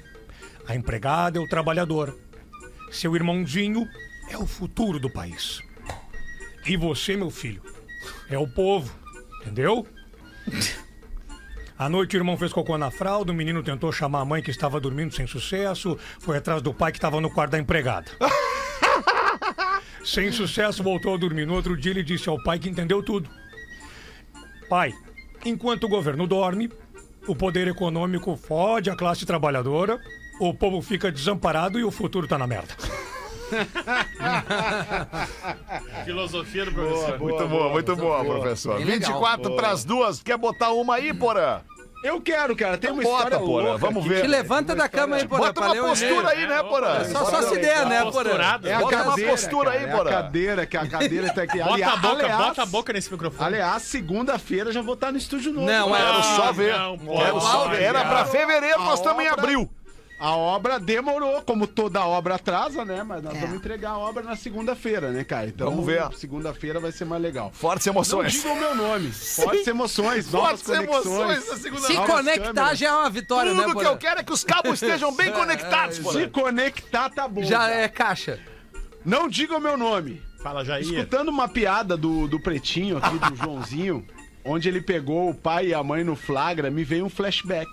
Speaker 9: A empregada é o trabalhador. Seu irmãozinho é o futuro do país. E você, meu filho, é o povo, entendeu? À noite, o irmão fez cocô na fralda, o menino tentou chamar a mãe que estava dormindo sem sucesso, foi atrás do pai que estava no quarto da empregada. Sem sucesso, voltou a dormir. No outro dia, ele disse ao pai que entendeu tudo. Pai, enquanto o governo dorme, o poder econômico fode a classe trabalhadora, o povo fica desamparado e o futuro tá na merda.
Speaker 5: Filosofia do professor.
Speaker 2: muito boa, muito boa, professor. 24 para as duas. Quer botar uma aí, Porã?
Speaker 8: Eu quero, cara. Tem uma
Speaker 2: Bota,
Speaker 8: história
Speaker 2: Porã,
Speaker 8: louca
Speaker 2: vamos
Speaker 8: aqui.
Speaker 2: ver.
Speaker 6: Te levanta da cama aí, Porã.
Speaker 2: Bota
Speaker 6: pra ler
Speaker 2: uma
Speaker 6: o e-mail.
Speaker 2: postura aí, né,
Speaker 5: é
Speaker 2: Porã?
Speaker 6: É, Só, só se der, né, Porã?
Speaker 5: Tá Posturado.
Speaker 8: É a
Speaker 2: Bota uma
Speaker 8: cadeira,
Speaker 2: postura
Speaker 8: cara,
Speaker 2: aí,
Speaker 8: é
Speaker 2: Porã.
Speaker 8: a cadeira, que a cadeira tá aqui.
Speaker 5: Bota a boca,
Speaker 8: aliás-
Speaker 5: bota a boca nesse microfone.
Speaker 8: Aliás, segunda-feira já vou estar no estúdio novo. né?
Speaker 6: Não,
Speaker 8: cara.
Speaker 6: é-
Speaker 2: Quero só ver.
Speaker 5: Não,
Speaker 2: Quero só ver. Era pra fevereiro, nós estamos em abril.
Speaker 8: A obra demorou, como toda obra atrasa, né? Mas nós
Speaker 7: É.
Speaker 8: vamos entregar a obra na segunda-feira, né, cara? Então,
Speaker 2: Vamos ver. é.
Speaker 8: segunda-feira vai ser mais legal.
Speaker 2: Fortes
Speaker 8: Não
Speaker 2: emoções.
Speaker 8: diga o meu nome. Fortes emoções, novas
Speaker 2: Fortes
Speaker 8: conexões.
Speaker 2: emoções na segunda
Speaker 6: Se
Speaker 8: Novas
Speaker 6: conectar
Speaker 8: câmeras.
Speaker 6: já é uma vitória, né,
Speaker 2: Tudo que
Speaker 6: Porã?
Speaker 2: eu quero é que os cabos estejam bem conectados,
Speaker 8: Se
Speaker 2: Porã.
Speaker 8: É, conectar, tá bom.
Speaker 6: Já
Speaker 8: cara.
Speaker 6: é caixa.
Speaker 8: Não diga o meu nome.
Speaker 5: Fala, Jair.
Speaker 8: Escutando uma piada do, do Pretinho aqui, do Joãozinho, onde ele pegou o pai e a mãe no flagra, me veio um flashback.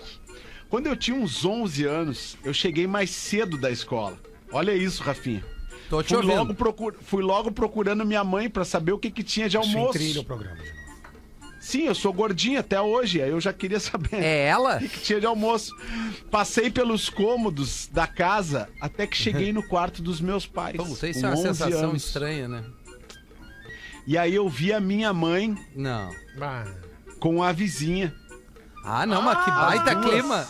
Speaker 8: Quando eu tinha uns 11 anos, eu cheguei mais cedo da escola. Olha isso, Rafinha.
Speaker 6: Tô te
Speaker 8: Fui logo,
Speaker 6: ouvindo.
Speaker 8: procur... Fui logo procurando minha mãe pra saber o que, que tinha de
Speaker 6: é
Speaker 9: Sem
Speaker 8: almoço.
Speaker 9: trilha o programa. de novo.
Speaker 8: Sim, eu sou gordinha até hoje, aí eu já queria saber
Speaker 6: É ela?
Speaker 8: que tinha de almoço. Passei pelos cômodos da casa até que cheguei no quarto dos meus pais.
Speaker 6: Não sei
Speaker 8: com
Speaker 6: se é uma
Speaker 8: 11
Speaker 6: sensação
Speaker 8: anos.
Speaker 6: estranha, né?
Speaker 8: E aí eu vi a minha mãe
Speaker 6: Não.
Speaker 8: com a vizinha.
Speaker 6: Ah, não, mas que baita
Speaker 8: duas.
Speaker 6: clima.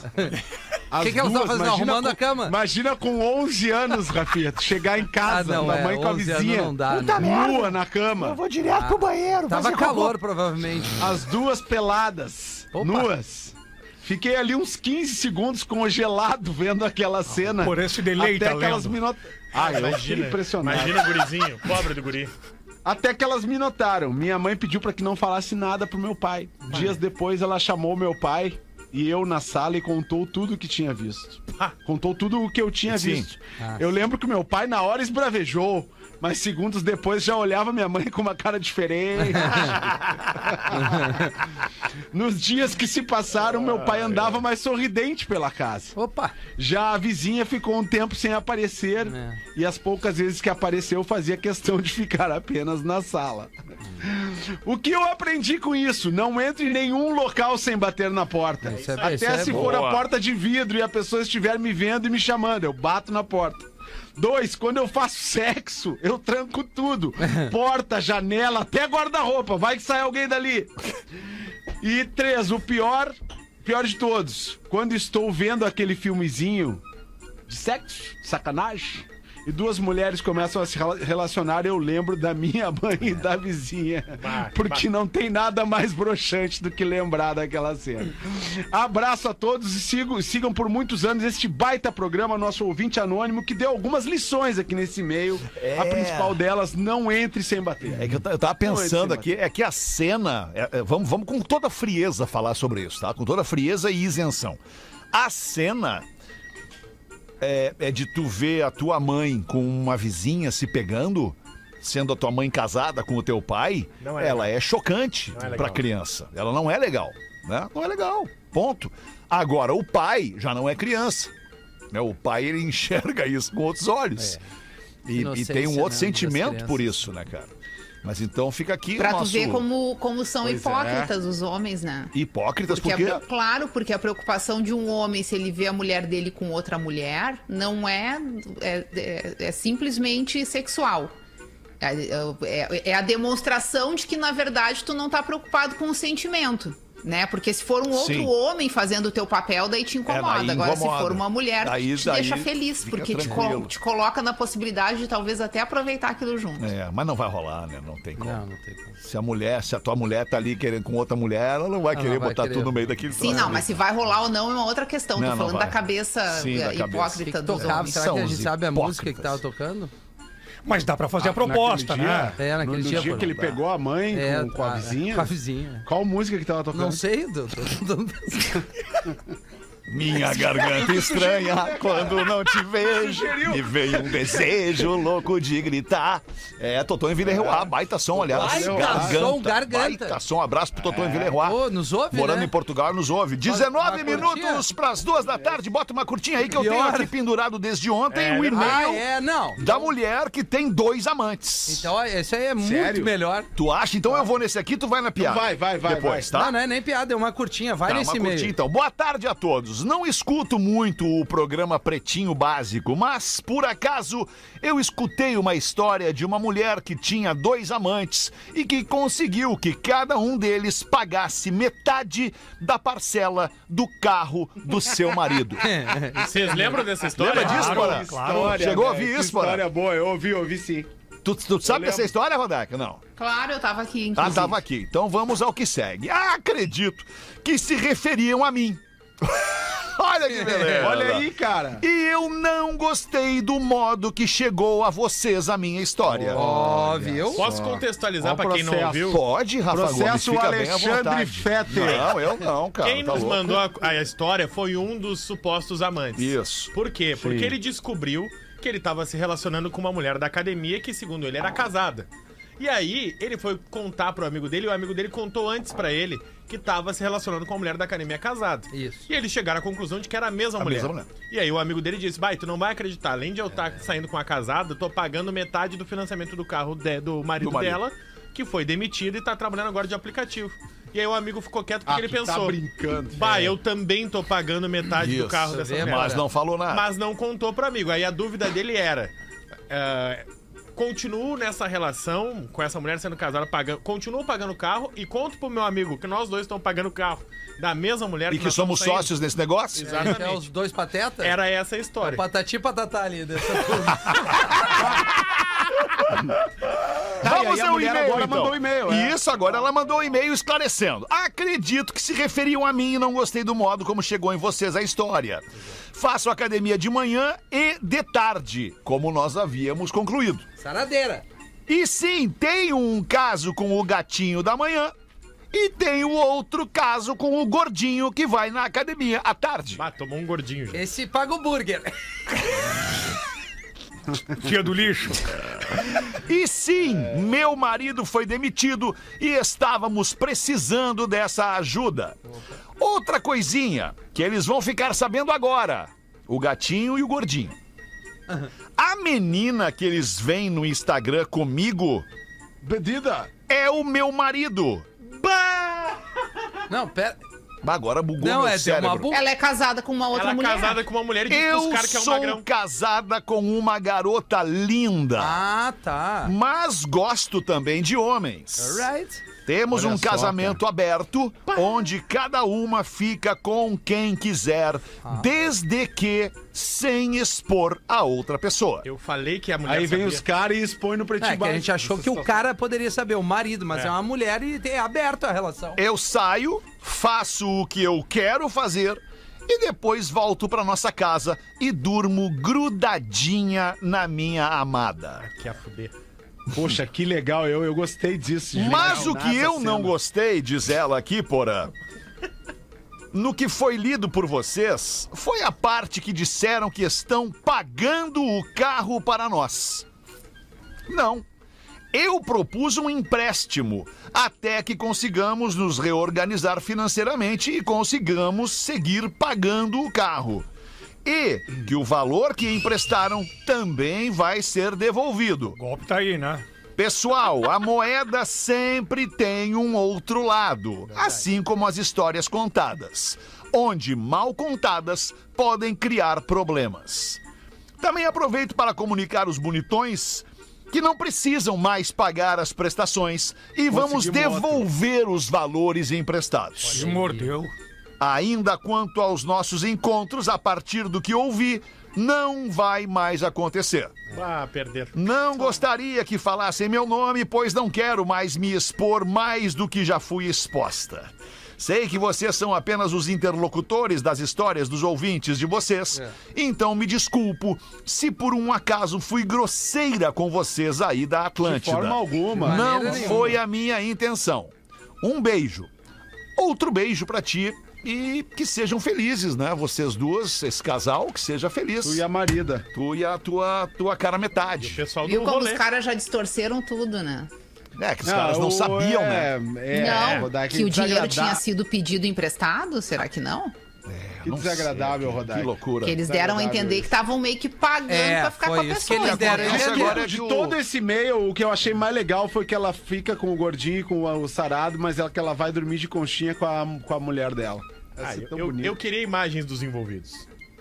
Speaker 8: As
Speaker 6: que que elas tavam
Speaker 8: duas,
Speaker 6: fazendo?
Speaker 8: imagina
Speaker 6: Arrumando
Speaker 8: com-
Speaker 6: a cama?
Speaker 8: Imagina com 11 anos, Rafinha, tu chegar em casa,
Speaker 6: Ah, não,
Speaker 8: da
Speaker 6: é,
Speaker 8: mãe com a
Speaker 6: 11 anos
Speaker 8: vizinha,
Speaker 6: não dá, né?
Speaker 8: puta nua na cama,
Speaker 6: Tava calor, provavelmente.
Speaker 8: as duas peladas,
Speaker 6: Opa.
Speaker 8: nuas. Fiquei ali uns 15 segundos congelado vendo aquela cena.
Speaker 9: por esse delay,
Speaker 8: até
Speaker 9: tá
Speaker 8: que elas
Speaker 9: lendo?
Speaker 8: me not... Ah, eu fiquei
Speaker 5: Imagina,
Speaker 8: impressionado.
Speaker 5: imagina o gurizinho, pobre do guri.
Speaker 8: Até que elas me notaram. Minha mãe pediu pra que não falasse nada pro meu pai. Dias depois ela chamou meu pai e eu na sala e contou tudo o que tinha visto.
Speaker 5: Pá.
Speaker 8: Contou tudo o que eu tinha
Speaker 2: Sim.
Speaker 8: visto. Eu lembro que meu pai na hora esbravejou, mas segundos depois já olhava minha mãe com uma cara diferente. Nos dias que se passaram, meu pai andava mais sorridente pela casa.
Speaker 6: Opa!
Speaker 8: Já a vizinha ficou um tempo sem aparecer
Speaker 6: É.
Speaker 8: e as poucas vezes que apareceu fazia questão de ficar apenas na sala. O que eu aprendi com isso? Não entre em nenhum local sem bater na porta.
Speaker 6: Isso é-
Speaker 8: Até
Speaker 6: isso é
Speaker 8: se
Speaker 6: boa.
Speaker 8: for a porta de vidro e a pessoa estiver me vendo e me chamando, eu bato na porta. Dois, quando eu faço sexo, eu tranco tudo. Porta, janela, até guarda-roupa. Vai que sai alguém dali. E três, o pior, pior de todos, quando estou vendo aquele filmezinho de sexo, sacanagem, e duas mulheres começam a se rela- relacionar, eu lembro da minha mãe e da vizinha. Porque não tem nada mais broxante do que lembrar daquela cena. Abraço a todos e sigam, sigam por muitos anos este baita programa, nosso ouvinte anônimo, que deu algumas lições aqui nesse e-mail. A principal delas, não entre sem bater.
Speaker 2: É que eu, ta- eu tava
Speaker 8: Oi,
Speaker 2: pensando
Speaker 8: Simba.
Speaker 2: aqui, é que a cena. é- é, vamos, vamos com toda frieza falar sobre isso, tá? Com toda frieza e isenção. A cena é, é de tu ver a tua mãe com uma vizinha se pegando, sendo a tua mãe casada com o teu pai,
Speaker 5: Não é
Speaker 2: ela
Speaker 5: legal.
Speaker 2: é chocante
Speaker 5: Não é legal.
Speaker 2: pra criança. Ela não é legal, né? Não é legal. Ponto. Agora, o pai já não é criança. né? O pai ele enxerga isso com outros olhos.
Speaker 5: É.
Speaker 2: E, e
Speaker 6: Inocência,
Speaker 2: tem um outro
Speaker 6: né, das
Speaker 2: sentimento por
Speaker 6: crianças.
Speaker 2: isso, né, cara? Mas então fica aqui o
Speaker 7: Pra
Speaker 2: nosso
Speaker 7: tu ver como, como são
Speaker 4: é.
Speaker 8: Pois
Speaker 7: hipócritas os homens, né?
Speaker 2: hipócritas,
Speaker 7: Porque,
Speaker 2: porque,
Speaker 7: a- claro, porque a preocupação de um homem se ele vê a mulher dele com outra mulher não é é, é- é simplesmente sexual. É, é- é a demonstração de que na verdade tu não tá preocupado com o sentimento, né? Porque se for um outro
Speaker 2: Sim. É,
Speaker 7: homem fazendo o teu papel, daí te incomoda.
Speaker 2: daí
Speaker 7: Agora,
Speaker 2: incomoda.
Speaker 7: se for uma mulher,
Speaker 2: Daí-
Speaker 7: te
Speaker 2: daí
Speaker 7: deixa feliz,
Speaker 2: fica
Speaker 7: porque te,
Speaker 2: tranquilo.
Speaker 7: co- te coloca na possibilidade de talvez até aproveitar aquilo junto.
Speaker 2: É, mas não vai rolar, né? Não tem como.
Speaker 6: Não, não tem como.
Speaker 2: Se a mulher, se a tua mulher tá ali querendo com outra mulher, ela não vai
Speaker 6: Ela
Speaker 2: querer
Speaker 6: não vai
Speaker 2: botar
Speaker 6: querer.
Speaker 2: tudo no meio daquele
Speaker 7: Sim,
Speaker 2: troço
Speaker 7: não,
Speaker 2: ali.
Speaker 7: mas se vai rolar ou não é uma outra questão.
Speaker 2: Não,
Speaker 7: Tô
Speaker 2: não
Speaker 7: falando
Speaker 2: vai.
Speaker 7: da cabeça
Speaker 2: Sim,
Speaker 7: eh,
Speaker 2: da cabeça.
Speaker 6: O que,
Speaker 7: hipócrita
Speaker 6: que
Speaker 7: dos
Speaker 6: tocava?
Speaker 7: homens.
Speaker 6: Será que a
Speaker 2: São
Speaker 6: gente
Speaker 2: os
Speaker 6: sabe a música que
Speaker 2: hipócritas.
Speaker 6: tava tocando? Ah,
Speaker 9: Mas dá pra fazer a
Speaker 8: Ah, naquele
Speaker 9: proposta, né?
Speaker 8: dia-
Speaker 6: É,
Speaker 8: no- no dia que ele pegou a mãe com, com a vizinha.
Speaker 6: Com É, a vizinha.
Speaker 8: Qual música que tava tocando?
Speaker 2: né?
Speaker 6: Não sei, doutor.
Speaker 2: Minha garganta estranha quando não te vejo. Me veio um desejo louco de gritar. É, Toton em Villeroy, baita som, aliás.
Speaker 6: Baita som, garganta.
Speaker 2: Baita som, abraço pro Toton em Villeroy.
Speaker 6: Ô, nos ouve,
Speaker 2: Morando
Speaker 6: né?
Speaker 2: em Portugal, nos ouve. 19
Speaker 6: uma
Speaker 2: minutos
Speaker 6: curtinha.
Speaker 2: pras duas da tarde. Bota uma curtinha aí que eu tenho
Speaker 6: Pior.
Speaker 2: aqui pendurado desde ontem
Speaker 6: É
Speaker 2: o e-mail
Speaker 6: verdade. Ah, é, não.
Speaker 2: da mulher que tem dois amantes.
Speaker 6: Então, esse aí é muito
Speaker 2: Sério?
Speaker 6: melhor.
Speaker 2: Tu acha? Então eu vou nesse aqui, tu vai na
Speaker 6: Então
Speaker 2: piada.
Speaker 8: Vai, vai, vai,
Speaker 2: Depois,
Speaker 6: Não,
Speaker 2: tá?
Speaker 6: não é nem piada, é uma curtinha.
Speaker 2: Tá,
Speaker 6: Vai nesse
Speaker 2: uma curtinha,
Speaker 6: meio.
Speaker 2: então. Boa tarde a todos. Não escuto muito o programa Pretinho Básico, mas por acaso eu escutei uma história de uma mulher que tinha dois amantes e que conseguiu que cada um deles pagasse metade da parcela do carro do seu marido.
Speaker 6: É,
Speaker 5: Vocês lembram dessa história?
Speaker 2: Lembra disso,
Speaker 5: Claro,
Speaker 2: Porã?
Speaker 5: claro.
Speaker 2: Chegou a
Speaker 8: velho,
Speaker 2: ouvir
Speaker 8: que
Speaker 2: isso, Porã?
Speaker 8: História boa, eu ouvi, eu ouvi sim.
Speaker 2: Tu, tu sabe dessa história, Rodak? Não.
Speaker 7: Claro, eu tava aqui,
Speaker 2: Ah,
Speaker 7: inclusive.
Speaker 2: tava aqui. Então vamos ao que segue. Ah, acredito que se referiam a mim. É, Olha que beleza.
Speaker 8: É, Olha aí, cara.
Speaker 2: E eu não gostei do modo que chegou a vocês a minha história.
Speaker 8: Oh.
Speaker 6: Ó, viu?
Speaker 5: Ah,
Speaker 2: Ah.
Speaker 5: Posso contextualizar
Speaker 8: Ó,
Speaker 5: pra quem não
Speaker 8: processo.
Speaker 5: ouviu?
Speaker 2: Pode, Rafa Gomes,
Speaker 8: Processo
Speaker 2: fica bem à
Speaker 8: Alexandre
Speaker 2: vontade.
Speaker 8: Fetter.
Speaker 2: Não, eu não, cara.
Speaker 5: Quem
Speaker 2: tá
Speaker 5: nos
Speaker 2: louco?
Speaker 5: mandou a, a história foi um dos supostos amantes.
Speaker 2: Isso.
Speaker 5: Por quê? Porque ele descobriu que ele estava se relacionando com uma mulher da academia que, segundo ele, era casada. E aí, ele foi contar pro amigo dele, e o amigo dele contou antes pra ele que tava se relacionando com a mulher da academia casada.
Speaker 6: Isso.
Speaker 5: E eles chegaram à conclusão de que era a mesma, mulher.
Speaker 2: mesma mulher. É.
Speaker 5: E aí o amigo dele disse: Bai, tu não vai acreditar, além de eu estar saindo com a casada, eu tô pagando metade do financiamento do carro de- do, marido
Speaker 2: Do marido.
Speaker 5: dela, que foi demitido e tá trabalhando agora de aplicativo. E aí o amigo ficou quieto porque
Speaker 8: Ah,
Speaker 5: ele
Speaker 8: tu tá
Speaker 5: pensou.
Speaker 8: brincando,
Speaker 5: Bah, eu também tô pagando metade
Speaker 2: É. Isso. é
Speaker 5: do carro dessa
Speaker 6: Vê,
Speaker 5: mulher.
Speaker 2: Mas não falou nada.
Speaker 5: Mas não contou pro amigo. Aí a dúvida dele era. ah, continuo nessa relação com essa mulher sendo casada, pagando, continuo pagando o carro e conto pro meu amigo que nós dois estamos pagando o carro da mesma mulher
Speaker 2: E que
Speaker 5: nós
Speaker 2: somos
Speaker 5: estamos
Speaker 2: sócios nesse negócio?
Speaker 5: saindo.
Speaker 6: É,
Speaker 5: Exatamente.
Speaker 6: os dois patetas?
Speaker 7: É.
Speaker 5: Era essa a história.
Speaker 6: Patati e patatá ali. Dessa...
Speaker 8: Tá, e
Speaker 2: Vamos
Speaker 8: aí a
Speaker 2: ao
Speaker 8: mulher
Speaker 2: e-mail.
Speaker 8: agora
Speaker 2: então.
Speaker 8: mandou um e-mail, é.
Speaker 2: Isso, agora ela mandou um e-mail esclarecendo. Acredito que se referiam a mim e não gostei do modo como chegou em vocês a história. Faço academia de manhã e de tarde, como nós havíamos concluído.
Speaker 6: Saradeira.
Speaker 2: E sim, tem um caso com o gatinho da manhã e tem o outro caso com o gordinho que vai na academia à tarde.
Speaker 5: Ah, tomou um gordinho. gente.
Speaker 6: Esse paga o burger.
Speaker 9: Tia do lixo.
Speaker 2: E sim, meu marido foi demitido e estávamos precisando dessa ajuda. Outra coisinha que eles vão ficar sabendo agora: o gatinho e o gordinho. A menina que eles veem no Instagram comigo
Speaker 8: Bebida.
Speaker 2: é o meu marido. Bah!
Speaker 6: Não, pera.
Speaker 2: Agora bugou
Speaker 6: Não,
Speaker 2: meu
Speaker 6: é deu
Speaker 2: cérebro.
Speaker 6: uma bu...
Speaker 7: Ela é casada com uma outra
Speaker 5: Ela é
Speaker 7: mulher.
Speaker 5: casada com uma mulher e diz pros
Speaker 2: Eu
Speaker 5: caras que é um
Speaker 2: sou
Speaker 5: magrão.
Speaker 2: casada com uma garota linda,
Speaker 6: Ah, tá.
Speaker 2: mas gosto também de homens.
Speaker 6: Alright.
Speaker 2: Temos
Speaker 8: Olha
Speaker 2: um
Speaker 8: só,
Speaker 2: casamento aberto, onde cada uma fica com quem quiser,
Speaker 5: Ah.
Speaker 2: desde que sem expor a outra pessoa.
Speaker 5: Eu falei que a mulher
Speaker 8: Aí vem
Speaker 5: sabia.
Speaker 8: os caras e expõe no pretinho
Speaker 6: É que a gente achou que o cara poderia saber, o marido, mas é, uma mulher e é aberto a relação.
Speaker 2: Eu saio, faço o que eu quero fazer e depois volto pra nossa casa e durmo grudadinha na minha amada.
Speaker 5: Que a fuder.
Speaker 8: Poxa, que legal, eu, eu gostei disso. gente.
Speaker 2: Mas o que
Speaker 8: Nessa
Speaker 2: eu não
Speaker 8: cena.
Speaker 2: gostei, diz ela aqui, Porã. No que foi lido por vocês, foi a parte que disseram que estão pagando o carro para nós. Não. Eu propus um empréstimo até que consigamos nos reorganizar financeiramente e consigamos seguir pagando o carro. E que o valor que emprestaram também vai ser devolvido.
Speaker 9: O golpe tá aí, né?
Speaker 2: Pessoal, a moeda sempre tem um outro lado, assim como as histórias contadas, onde mal contadas podem criar problemas. Também aproveito para comunicar os bonitões que não precisam mais pagar as prestações e vamos devolver os valores emprestados.
Speaker 9: Se mordeu.
Speaker 2: Ainda quanto aos nossos encontros, a partir do que ouvi, não vai mais acontecer.
Speaker 5: Ah, perder.
Speaker 2: Não gostaria que falassem meu nome, pois não quero mais me expor mais do que já fui exposta. Sei que vocês são apenas os interlocutores das histórias dos ouvintes de vocês.
Speaker 8: É.
Speaker 2: Então me desculpo se por um acaso fui grosseira com vocês aí da Atlântida.
Speaker 8: forma alguma.
Speaker 2: Não
Speaker 8: Maneira nenhuma.
Speaker 2: foi a minha intenção. Um beijo. Outro beijo pra ti. E que sejam felizes, né? Vocês duas, esse casal, que seja feliz. Tu e a
Speaker 8: marida.
Speaker 2: Tu e a tua, tua cara metade.
Speaker 5: pessoal
Speaker 7: Viu como os caras já distorceram tudo, né?
Speaker 2: É, que os caras
Speaker 8: Ah,
Speaker 2: não sabiam, né?
Speaker 8: é,
Speaker 7: não, que o dinheiro tinha sido pedido emprestado? Será que não?
Speaker 2: é,
Speaker 8: Que desagradável, Rodaica.
Speaker 2: Que loucura.
Speaker 7: Que eles deram a entender que estavam meio que pagando
Speaker 8: É,
Speaker 7: pra ficar com a
Speaker 8: foi isso que
Speaker 7: pessoa.
Speaker 8: eles deram a
Speaker 7: né?
Speaker 8: entender.
Speaker 2: é
Speaker 8: de todo esse e-mail, o que eu achei mais legal foi que ela fica com o gordinho e com o sarado, mas ela, que ela vai dormir de conchinha com a, com a mulher dela.
Speaker 5: Ah,
Speaker 8: Essa é tão
Speaker 5: eu, eu,
Speaker 8: bonita.
Speaker 5: eu queria imagens dos envolvidos.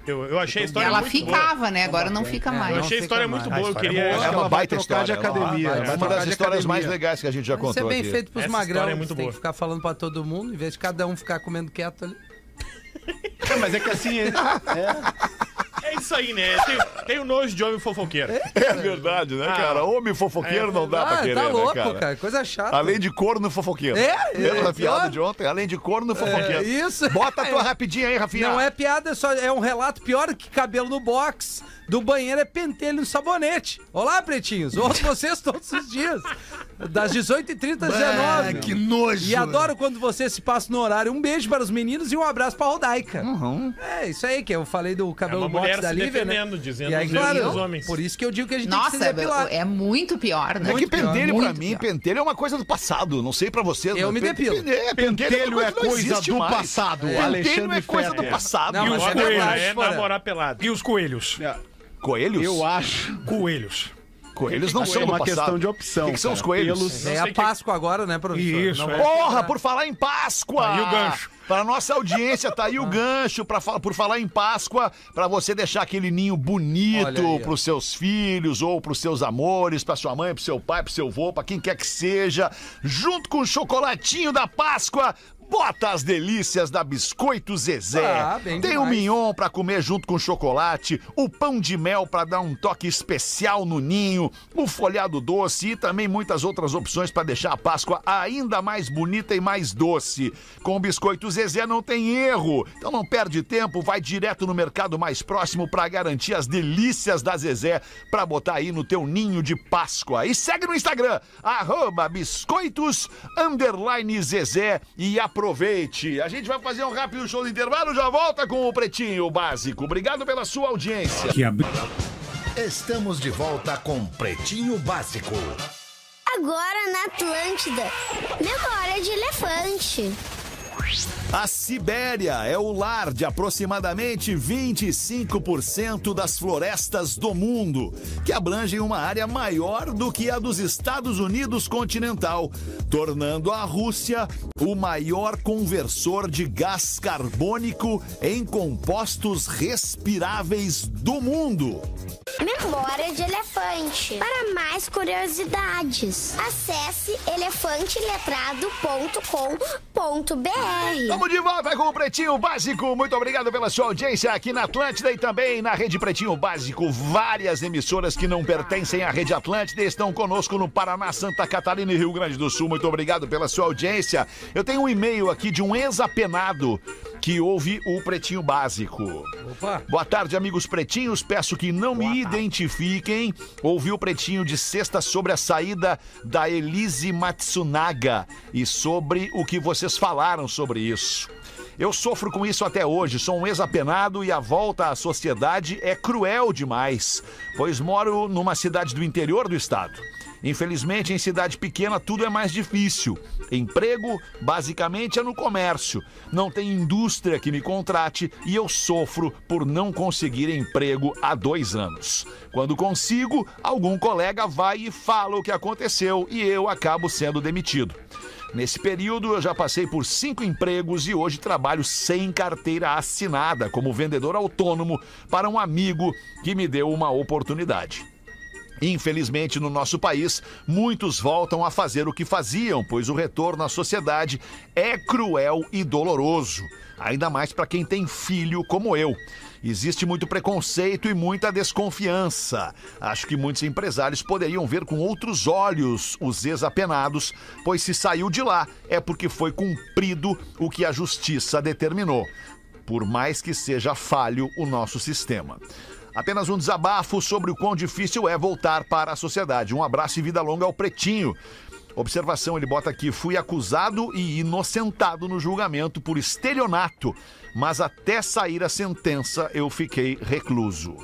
Speaker 5: Eu, eu achei a
Speaker 7: E
Speaker 5: história
Speaker 7: ela
Speaker 5: muito
Speaker 7: ficava,
Speaker 5: boa.
Speaker 7: né? Agora não fica mais.
Speaker 5: Eu achei a história muito boa, eu queria.
Speaker 2: É
Speaker 5: acho que
Speaker 2: uma
Speaker 5: ela vai
Speaker 2: baita
Speaker 5: trocar
Speaker 2: história.
Speaker 5: ela
Speaker 2: É
Speaker 5: vai
Speaker 2: uma
Speaker 5: trocar
Speaker 2: das
Speaker 5: de
Speaker 2: histórias
Speaker 5: academia.
Speaker 2: mais legais que a gente já
Speaker 6: Isso é
Speaker 2: contou
Speaker 6: bem
Speaker 2: aqui.
Speaker 6: feito pros
Speaker 5: Essa
Speaker 6: magrão.
Speaker 5: história é
Speaker 6: É
Speaker 5: muito
Speaker 6: tem
Speaker 5: boa.
Speaker 6: que ficar falando pra todo mundo, em vez de cada um ficar comendo quieto ali.
Speaker 8: mas é que assim,
Speaker 5: É isso aí, né? Tem, tem o nojo de homem fofoqueiro.
Speaker 2: É verdade,
Speaker 6: Ah.
Speaker 2: né, cara? Homem fofoqueiro não
Speaker 6: É,
Speaker 2: dá pra
Speaker 5: Ah, tá
Speaker 2: querer,
Speaker 5: louco,
Speaker 2: né, cara?
Speaker 5: cara,
Speaker 6: coisa chata.
Speaker 2: Além de corno fofoqueiro.
Speaker 6: É,
Speaker 2: Lembra
Speaker 6: é,
Speaker 2: da piada
Speaker 6: pior.
Speaker 2: de ontem? Além de corno fofoqueiro.
Speaker 6: É, isso.
Speaker 2: Bota a tua rapidinha aí, Rafinha.
Speaker 6: Não é piada, é só é um relato pior que cabelo no box. Do banheiro é pentelho no sabonete. Olá, pretinhos. Ouço vocês todos os dias. Das 18h30 às
Speaker 10: Bah,
Speaker 6: 19
Speaker 10: que nojo.
Speaker 6: E adoro quando vocês se passam no horário. Um beijo para os meninos e um abraço para a Rodaica. É, isso aí que eu falei do
Speaker 5: É
Speaker 6: cabelo
Speaker 5: uma
Speaker 6: no box
Speaker 5: mulher
Speaker 6: da
Speaker 5: se
Speaker 6: Lívia,
Speaker 5: defendendo,
Speaker 6: né?
Speaker 5: dizendo
Speaker 6: e aí,
Speaker 5: os erros
Speaker 6: claro,
Speaker 5: dos homens. É
Speaker 6: Por isso que eu digo que a gente tem que
Speaker 7: Nossa,
Speaker 6: se depilar.
Speaker 7: é muito pior, né?
Speaker 2: É que
Speaker 7: Muito pior,
Speaker 2: pentelho pra
Speaker 7: muito
Speaker 2: mim,
Speaker 7: pior.
Speaker 2: pentelho é uma coisa do passado, não sei pra vocês.
Speaker 6: Eu
Speaker 2: mas
Speaker 6: me
Speaker 2: pen-
Speaker 6: depilo.
Speaker 2: pen- é, Pentelho é coisa do passado. Pentelho é coisa do passado.
Speaker 5: e os coelhos, é namorar pelado.
Speaker 9: E os coelhos?
Speaker 2: Coelhos?
Speaker 8: Eu acho.
Speaker 9: Coelhos.
Speaker 2: Coelhos não
Speaker 8: Coelho
Speaker 2: são
Speaker 8: é
Speaker 2: do
Speaker 8: uma
Speaker 2: passado.
Speaker 8: questão de opção,
Speaker 2: O que, que são
Speaker 8: cara.
Speaker 2: os coelhos?
Speaker 8: Pelos-
Speaker 6: É a Páscoa agora, né, professor?
Speaker 9: Isso,
Speaker 6: Não
Speaker 9: é.
Speaker 6: vai
Speaker 2: Porra,
Speaker 6: depilar.
Speaker 2: por falar em Páscoa!
Speaker 9: Tá aí o gancho.
Speaker 2: Para nossa audiência, tá
Speaker 8: Ah.
Speaker 2: aí o gancho pra, fa- por falar em Páscoa, pra você deixar aquele ninho bonito
Speaker 6: Olha aí, ó.
Speaker 2: pros seus filhos ou pros seus amores, pra sua mãe, pro seu pai, pro seu avô, pra quem quer que seja, junto com o chocolatinho da Páscoa. Bota as delícias da Biscoito Zezé.
Speaker 6: Ah, bem
Speaker 2: é. Tem o
Speaker 6: demais.
Speaker 2: mignon pra comer junto com chocolate, o pão de mel pra dar um toque especial no ninho, o folhado doce e também muitas outras opções pra deixar a Páscoa ainda mais bonita e mais doce. Com o biscoito Zezé não tem erro. Então não perde tempo, vai direto no mercado mais próximo pra garantir as delícias da Zezé pra botar aí no teu ninho de Páscoa. E segue no Instagram arroba biscoitos underline Zezé e aproveite. A gente vai fazer um rápido show de intervalo, já volta com o Pretinho Básico. Obrigado pela sua audiência.
Speaker 13: Estamos de volta com Pretinho Básico.
Speaker 14: Agora na Atlântida. Memória de elefante.
Speaker 2: A Sibéria é o lar de aproximadamente 25% das florestas do mundo, que abrangem uma área maior do que a dos Estados Unidos continental, tornando a Rússia o maior conversor de gás carbônico em compostos respiráveis do mundo.
Speaker 14: Memória de elefante. Para mais curiosidades, acesse elefanteletrado.com.br.
Speaker 2: Vamos de volta com o Pretinho Básico. Muito obrigado pela sua audiência aqui na Atlântida e também na Rede Pretinho Básico. Várias emissoras que não pertencem à Rede Atlântida estão conosco no Paraná, Santa Catarina e Rio Grande do Sul. Muito obrigado pela sua audiência. Eu tenho um e-mail aqui de um ex-apenado que ouve o Pretinho Básico.
Speaker 6: Opa.
Speaker 2: Boa tarde, amigos pretinhos. Peço que não me identifiquem. Ouvi o pretinho de sexta sobre a saída da Elise Matsunaga e sobre o que vocês falaram sobre isso. Eu sofro com isso até hoje, sou um ex-apenado e a volta à sociedade é cruel demais, pois moro numa cidade do interior do estado. Infelizmente, em cidade pequena, tudo é mais difícil. Emprego, basicamente, é no comércio. Não tem indústria que me contrate e eu sofro por não conseguir emprego há dois anos. Quando consigo, algum colega vai e fala o que aconteceu e eu acabo sendo demitido. Nesse período, eu já passei por cinco empregos e hoje trabalho sem carteira assinada como vendedor autônomo para um amigo que me deu uma oportunidade. Infelizmente, no nosso país, muitos voltam a fazer o que faziam, pois o retorno à sociedade é cruel e doloroso, ainda mais para quem tem filho como eu. Existe muito preconceito e muita desconfiança. Acho que muitos empresários poderiam ver com outros olhos os ex-apenados, pois se saiu de lá é porque foi cumprido o que a justiça determinou. Por mais que seja falho o nosso sistema. Apenas um desabafo sobre o quão difícil é voltar para a sociedade. Um abraço e vida longa ao Pretinho. Observação, ele bota aqui: fui acusado e inocentado no julgamento por estelionato, mas até sair a sentença eu fiquei recluso.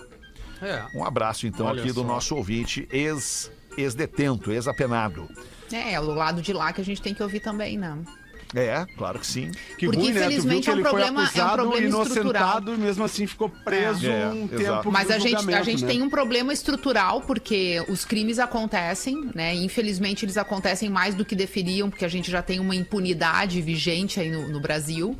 Speaker 6: É.
Speaker 2: Um abraço então
Speaker 6: Olha
Speaker 2: aqui do
Speaker 6: só.
Speaker 2: nosso ouvinte, ex ex-detento, ex-apenado.
Speaker 7: É, é o lado de lá que a gente tem que ouvir também, né?
Speaker 2: É, claro que sim.
Speaker 7: Porque,
Speaker 8: né?
Speaker 7: infelizmente, é um problema- é um problema
Speaker 8: inocentado
Speaker 7: estrutural.
Speaker 8: e mesmo assim ficou preso
Speaker 2: É,
Speaker 8: um
Speaker 2: exato.
Speaker 8: tempo.
Speaker 7: Mas
Speaker 8: do
Speaker 7: a gente, a
Speaker 8: julgamento,
Speaker 7: gente
Speaker 8: né?
Speaker 7: tem um problema estrutural, porque os crimes acontecem, né? Infelizmente, eles acontecem mais do que deveriam, porque a gente já tem uma impunidade vigente aí no, no Brasil.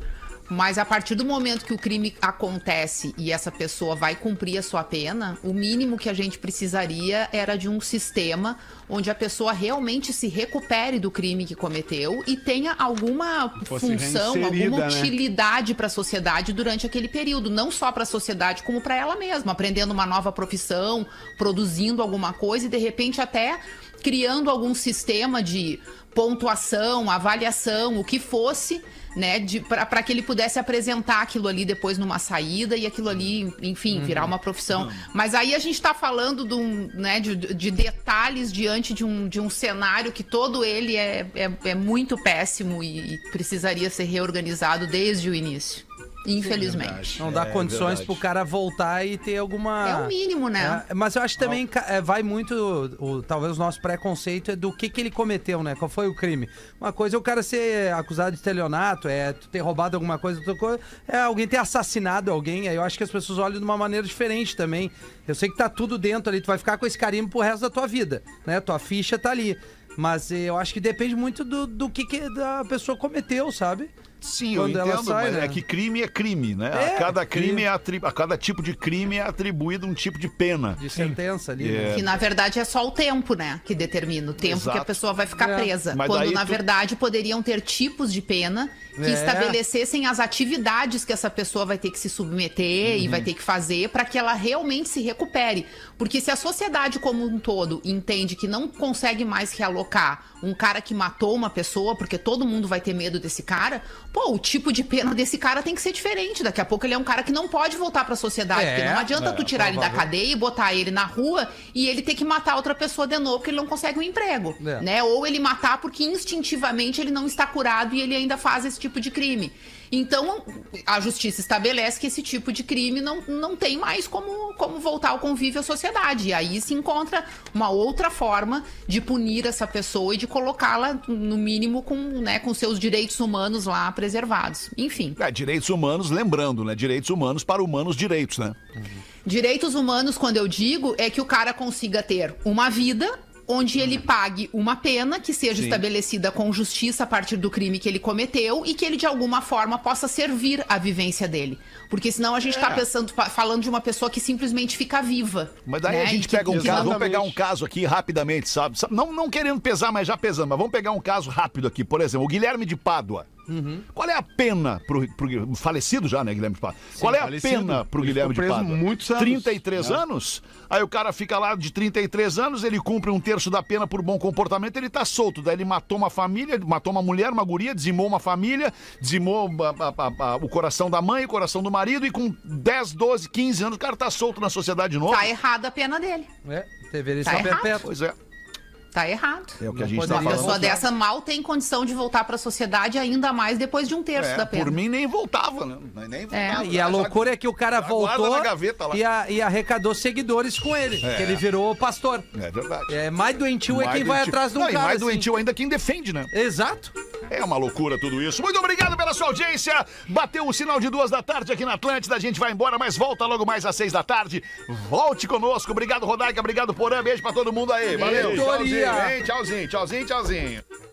Speaker 7: Mas a partir do momento que o crime acontece e essa pessoa vai cumprir a sua pena, o mínimo que a gente precisaria era de um sistema onde a pessoa realmente se recupere do crime que cometeu e tenha alguma
Speaker 15: Fosse
Speaker 7: função,
Speaker 15: reinserida,
Speaker 7: alguma
Speaker 15: né?
Speaker 7: utilidade utilidade para a sociedade durante aquele período, não só para a sociedade, como para ela mesma, aprendendo uma nova profissão, produzindo alguma coisa e de repente até criando algum sistema de pontuação, avaliação, o que fosse, né, para que ele pudesse apresentar aquilo ali depois numa saída e aquilo ali, enfim, virar uma profissão. Mas aí a gente está falando de, um, né, de, de detalhes diante de um, de um cenário que todo ele é, é, é muito péssimo e, e precisaria ser reorganizado desde o início. Infelizmente.
Speaker 6: Não
Speaker 8: É
Speaker 6: dá condições pro cara voltar e ter alguma.
Speaker 7: É o mínimo, né?
Speaker 6: É, mas eu acho que também ca- é, vai muito. o- o- talvez o nosso preconceito é do que, que ele cometeu, né? Qual foi o crime? Uma coisa é o cara ser acusado de estelionato, é tu ter roubado alguma coisa, outra coisa, é alguém ter assassinado alguém. Aí eu acho que as pessoas olham de uma maneira diferente também. Eu sei que tá tudo dentro ali, tu vai ficar com esse carimbo pro resto da tua vida, né? Tua ficha tá ali. Mas eh, eu acho que depende muito do, do que, que a pessoa cometeu, sabe?
Speaker 2: Sim, eu entendo, mas é que crime é crime, né?
Speaker 6: né? É,
Speaker 2: a cada crime
Speaker 6: crime.
Speaker 2: é atri- a cada tipo de crime é atribuído um tipo de pena.
Speaker 6: De sentença ali. né?
Speaker 7: Que na verdade é só o tempo, né? Que determina o tempo
Speaker 2: Exato.
Speaker 7: que a pessoa vai ficar
Speaker 2: É.
Speaker 7: presa.
Speaker 2: Mas
Speaker 7: quando
Speaker 2: daí
Speaker 7: na
Speaker 2: tu-
Speaker 7: verdade poderiam ter tipos de pena que
Speaker 2: É.
Speaker 7: estabelecessem as atividades que essa pessoa vai ter que se submeter e
Speaker 15: Uhum.
Speaker 7: vai ter que fazer para que ela realmente se recupere. Porque se a sociedade como um todo entende que não consegue mais realocar um cara que matou uma pessoa, porque todo mundo vai ter medo desse cara, pô, o tipo de pena desse cara tem que ser diferente. Daqui a pouco ele é um cara que não pode voltar para a sociedade,
Speaker 15: É.
Speaker 7: porque não adianta
Speaker 15: É,
Speaker 7: tu tirar ele da
Speaker 15: provável.
Speaker 7: cadeia cadeia e botar ele na rua e ele ter que matar outra pessoa de novo porque ele não consegue um emprego,
Speaker 15: É.
Speaker 7: né? Ou ele matar porque instintivamente ele não está curado e ele ainda faz esse tipo de crime. Então, a justiça estabelece que esse tipo de crime não, não tem mais como, como voltar ao convívio à sociedade. E aí se encontra uma outra forma de punir essa pessoa e de colocá-la, no mínimo, com, né, com seus direitos humanos lá preservados. Enfim.
Speaker 2: É, direitos humanos, lembrando, né? Direitos humanos para humanos direitos, né?
Speaker 7: Direitos humanos, quando eu digo, é que o cara consiga ter uma vida onde ele
Speaker 2: Uhum.
Speaker 7: pague uma pena que seja
Speaker 15: Sim.
Speaker 7: estabelecida com justiça a partir do crime que ele cometeu e que ele de alguma forma possa servir à vivência dele. Porque senão a gente tá
Speaker 2: É.
Speaker 7: pensando fa- falando de uma pessoa que simplesmente fica viva.
Speaker 2: Mas daí
Speaker 7: né?
Speaker 2: a
Speaker 7: E
Speaker 2: gente
Speaker 7: que-
Speaker 2: pega um
Speaker 7: que
Speaker 2: caso,
Speaker 7: não-
Speaker 2: vamos pegar um caso aqui rapidamente, sabe? Sabe, Não, não querendo pesar, mas já pesando, mas vamos pegar um caso rápido aqui. Por exemplo, o Guilherme de Pádua.
Speaker 8: Uhum.
Speaker 2: Qual é a pena pro, pro Guilherme- falecido já, né, Guilherme de Pádua? Qual é a
Speaker 8: falecido.
Speaker 2: pena pro
Speaker 8: Ele
Speaker 2: Guilherme de
Speaker 8: ficou preso
Speaker 2: Pádua?
Speaker 8: muitos anos.
Speaker 2: 33
Speaker 8: É.
Speaker 2: anos? Aí o cara fica lá de 33 anos, ele cumpre um terço da pena por bom comportamento, ele tá solto. Daí ele matou uma família, matou uma mulher, uma guria, dizimou uma família, dizimou a- a- a- a- o coração da mãe, o coração do marido, e com 10, 12, 15 anos o cara tá solto na sociedade de novo.
Speaker 7: Tá errada a pena dele.
Speaker 6: É, deveria
Speaker 7: Tá
Speaker 6: ser
Speaker 7: errado.
Speaker 6: perpétua.
Speaker 2: Pois é.
Speaker 7: Tá errado.
Speaker 2: É o que a
Speaker 6: Não
Speaker 2: gente tá
Speaker 6: poderia
Speaker 7: Uma
Speaker 2: falando.
Speaker 7: pessoa dessa mal tem condição de voltar para a sociedade ainda mais depois de um terço
Speaker 2: É,
Speaker 7: da pena.
Speaker 2: por mim nem voltava, né? Nem voltava.
Speaker 6: E a loucura é que o cara
Speaker 2: guarda
Speaker 6: voltou
Speaker 2: na gaveta lá.
Speaker 6: e, a- e arrecadou seguidores com ele.
Speaker 2: É.
Speaker 6: Que ele virou pastor.
Speaker 2: É verdade.
Speaker 6: É, mais doentio é
Speaker 2: Mais
Speaker 6: quem vai
Speaker 2: doentio.
Speaker 6: atrás de um
Speaker 2: Não, e
Speaker 6: cara.
Speaker 2: mais
Speaker 6: assim.
Speaker 2: doentio ainda quem defende, né?
Speaker 6: Exato.
Speaker 2: É uma loucura tudo isso. Muito obrigado pela sua audiência. Bateu o sinal de duas da tarde aqui na Atlântida. A gente vai embora, mas volta logo mais às seis da tarde. Volte conosco. Obrigado, Rodaica. Obrigado, Porã. Beijo pra todo mundo aí. Valeu.
Speaker 13: Beijo, Toria.
Speaker 2: Tchauzinho, hein? tchauzinho, tchauzinho, tchauzinho.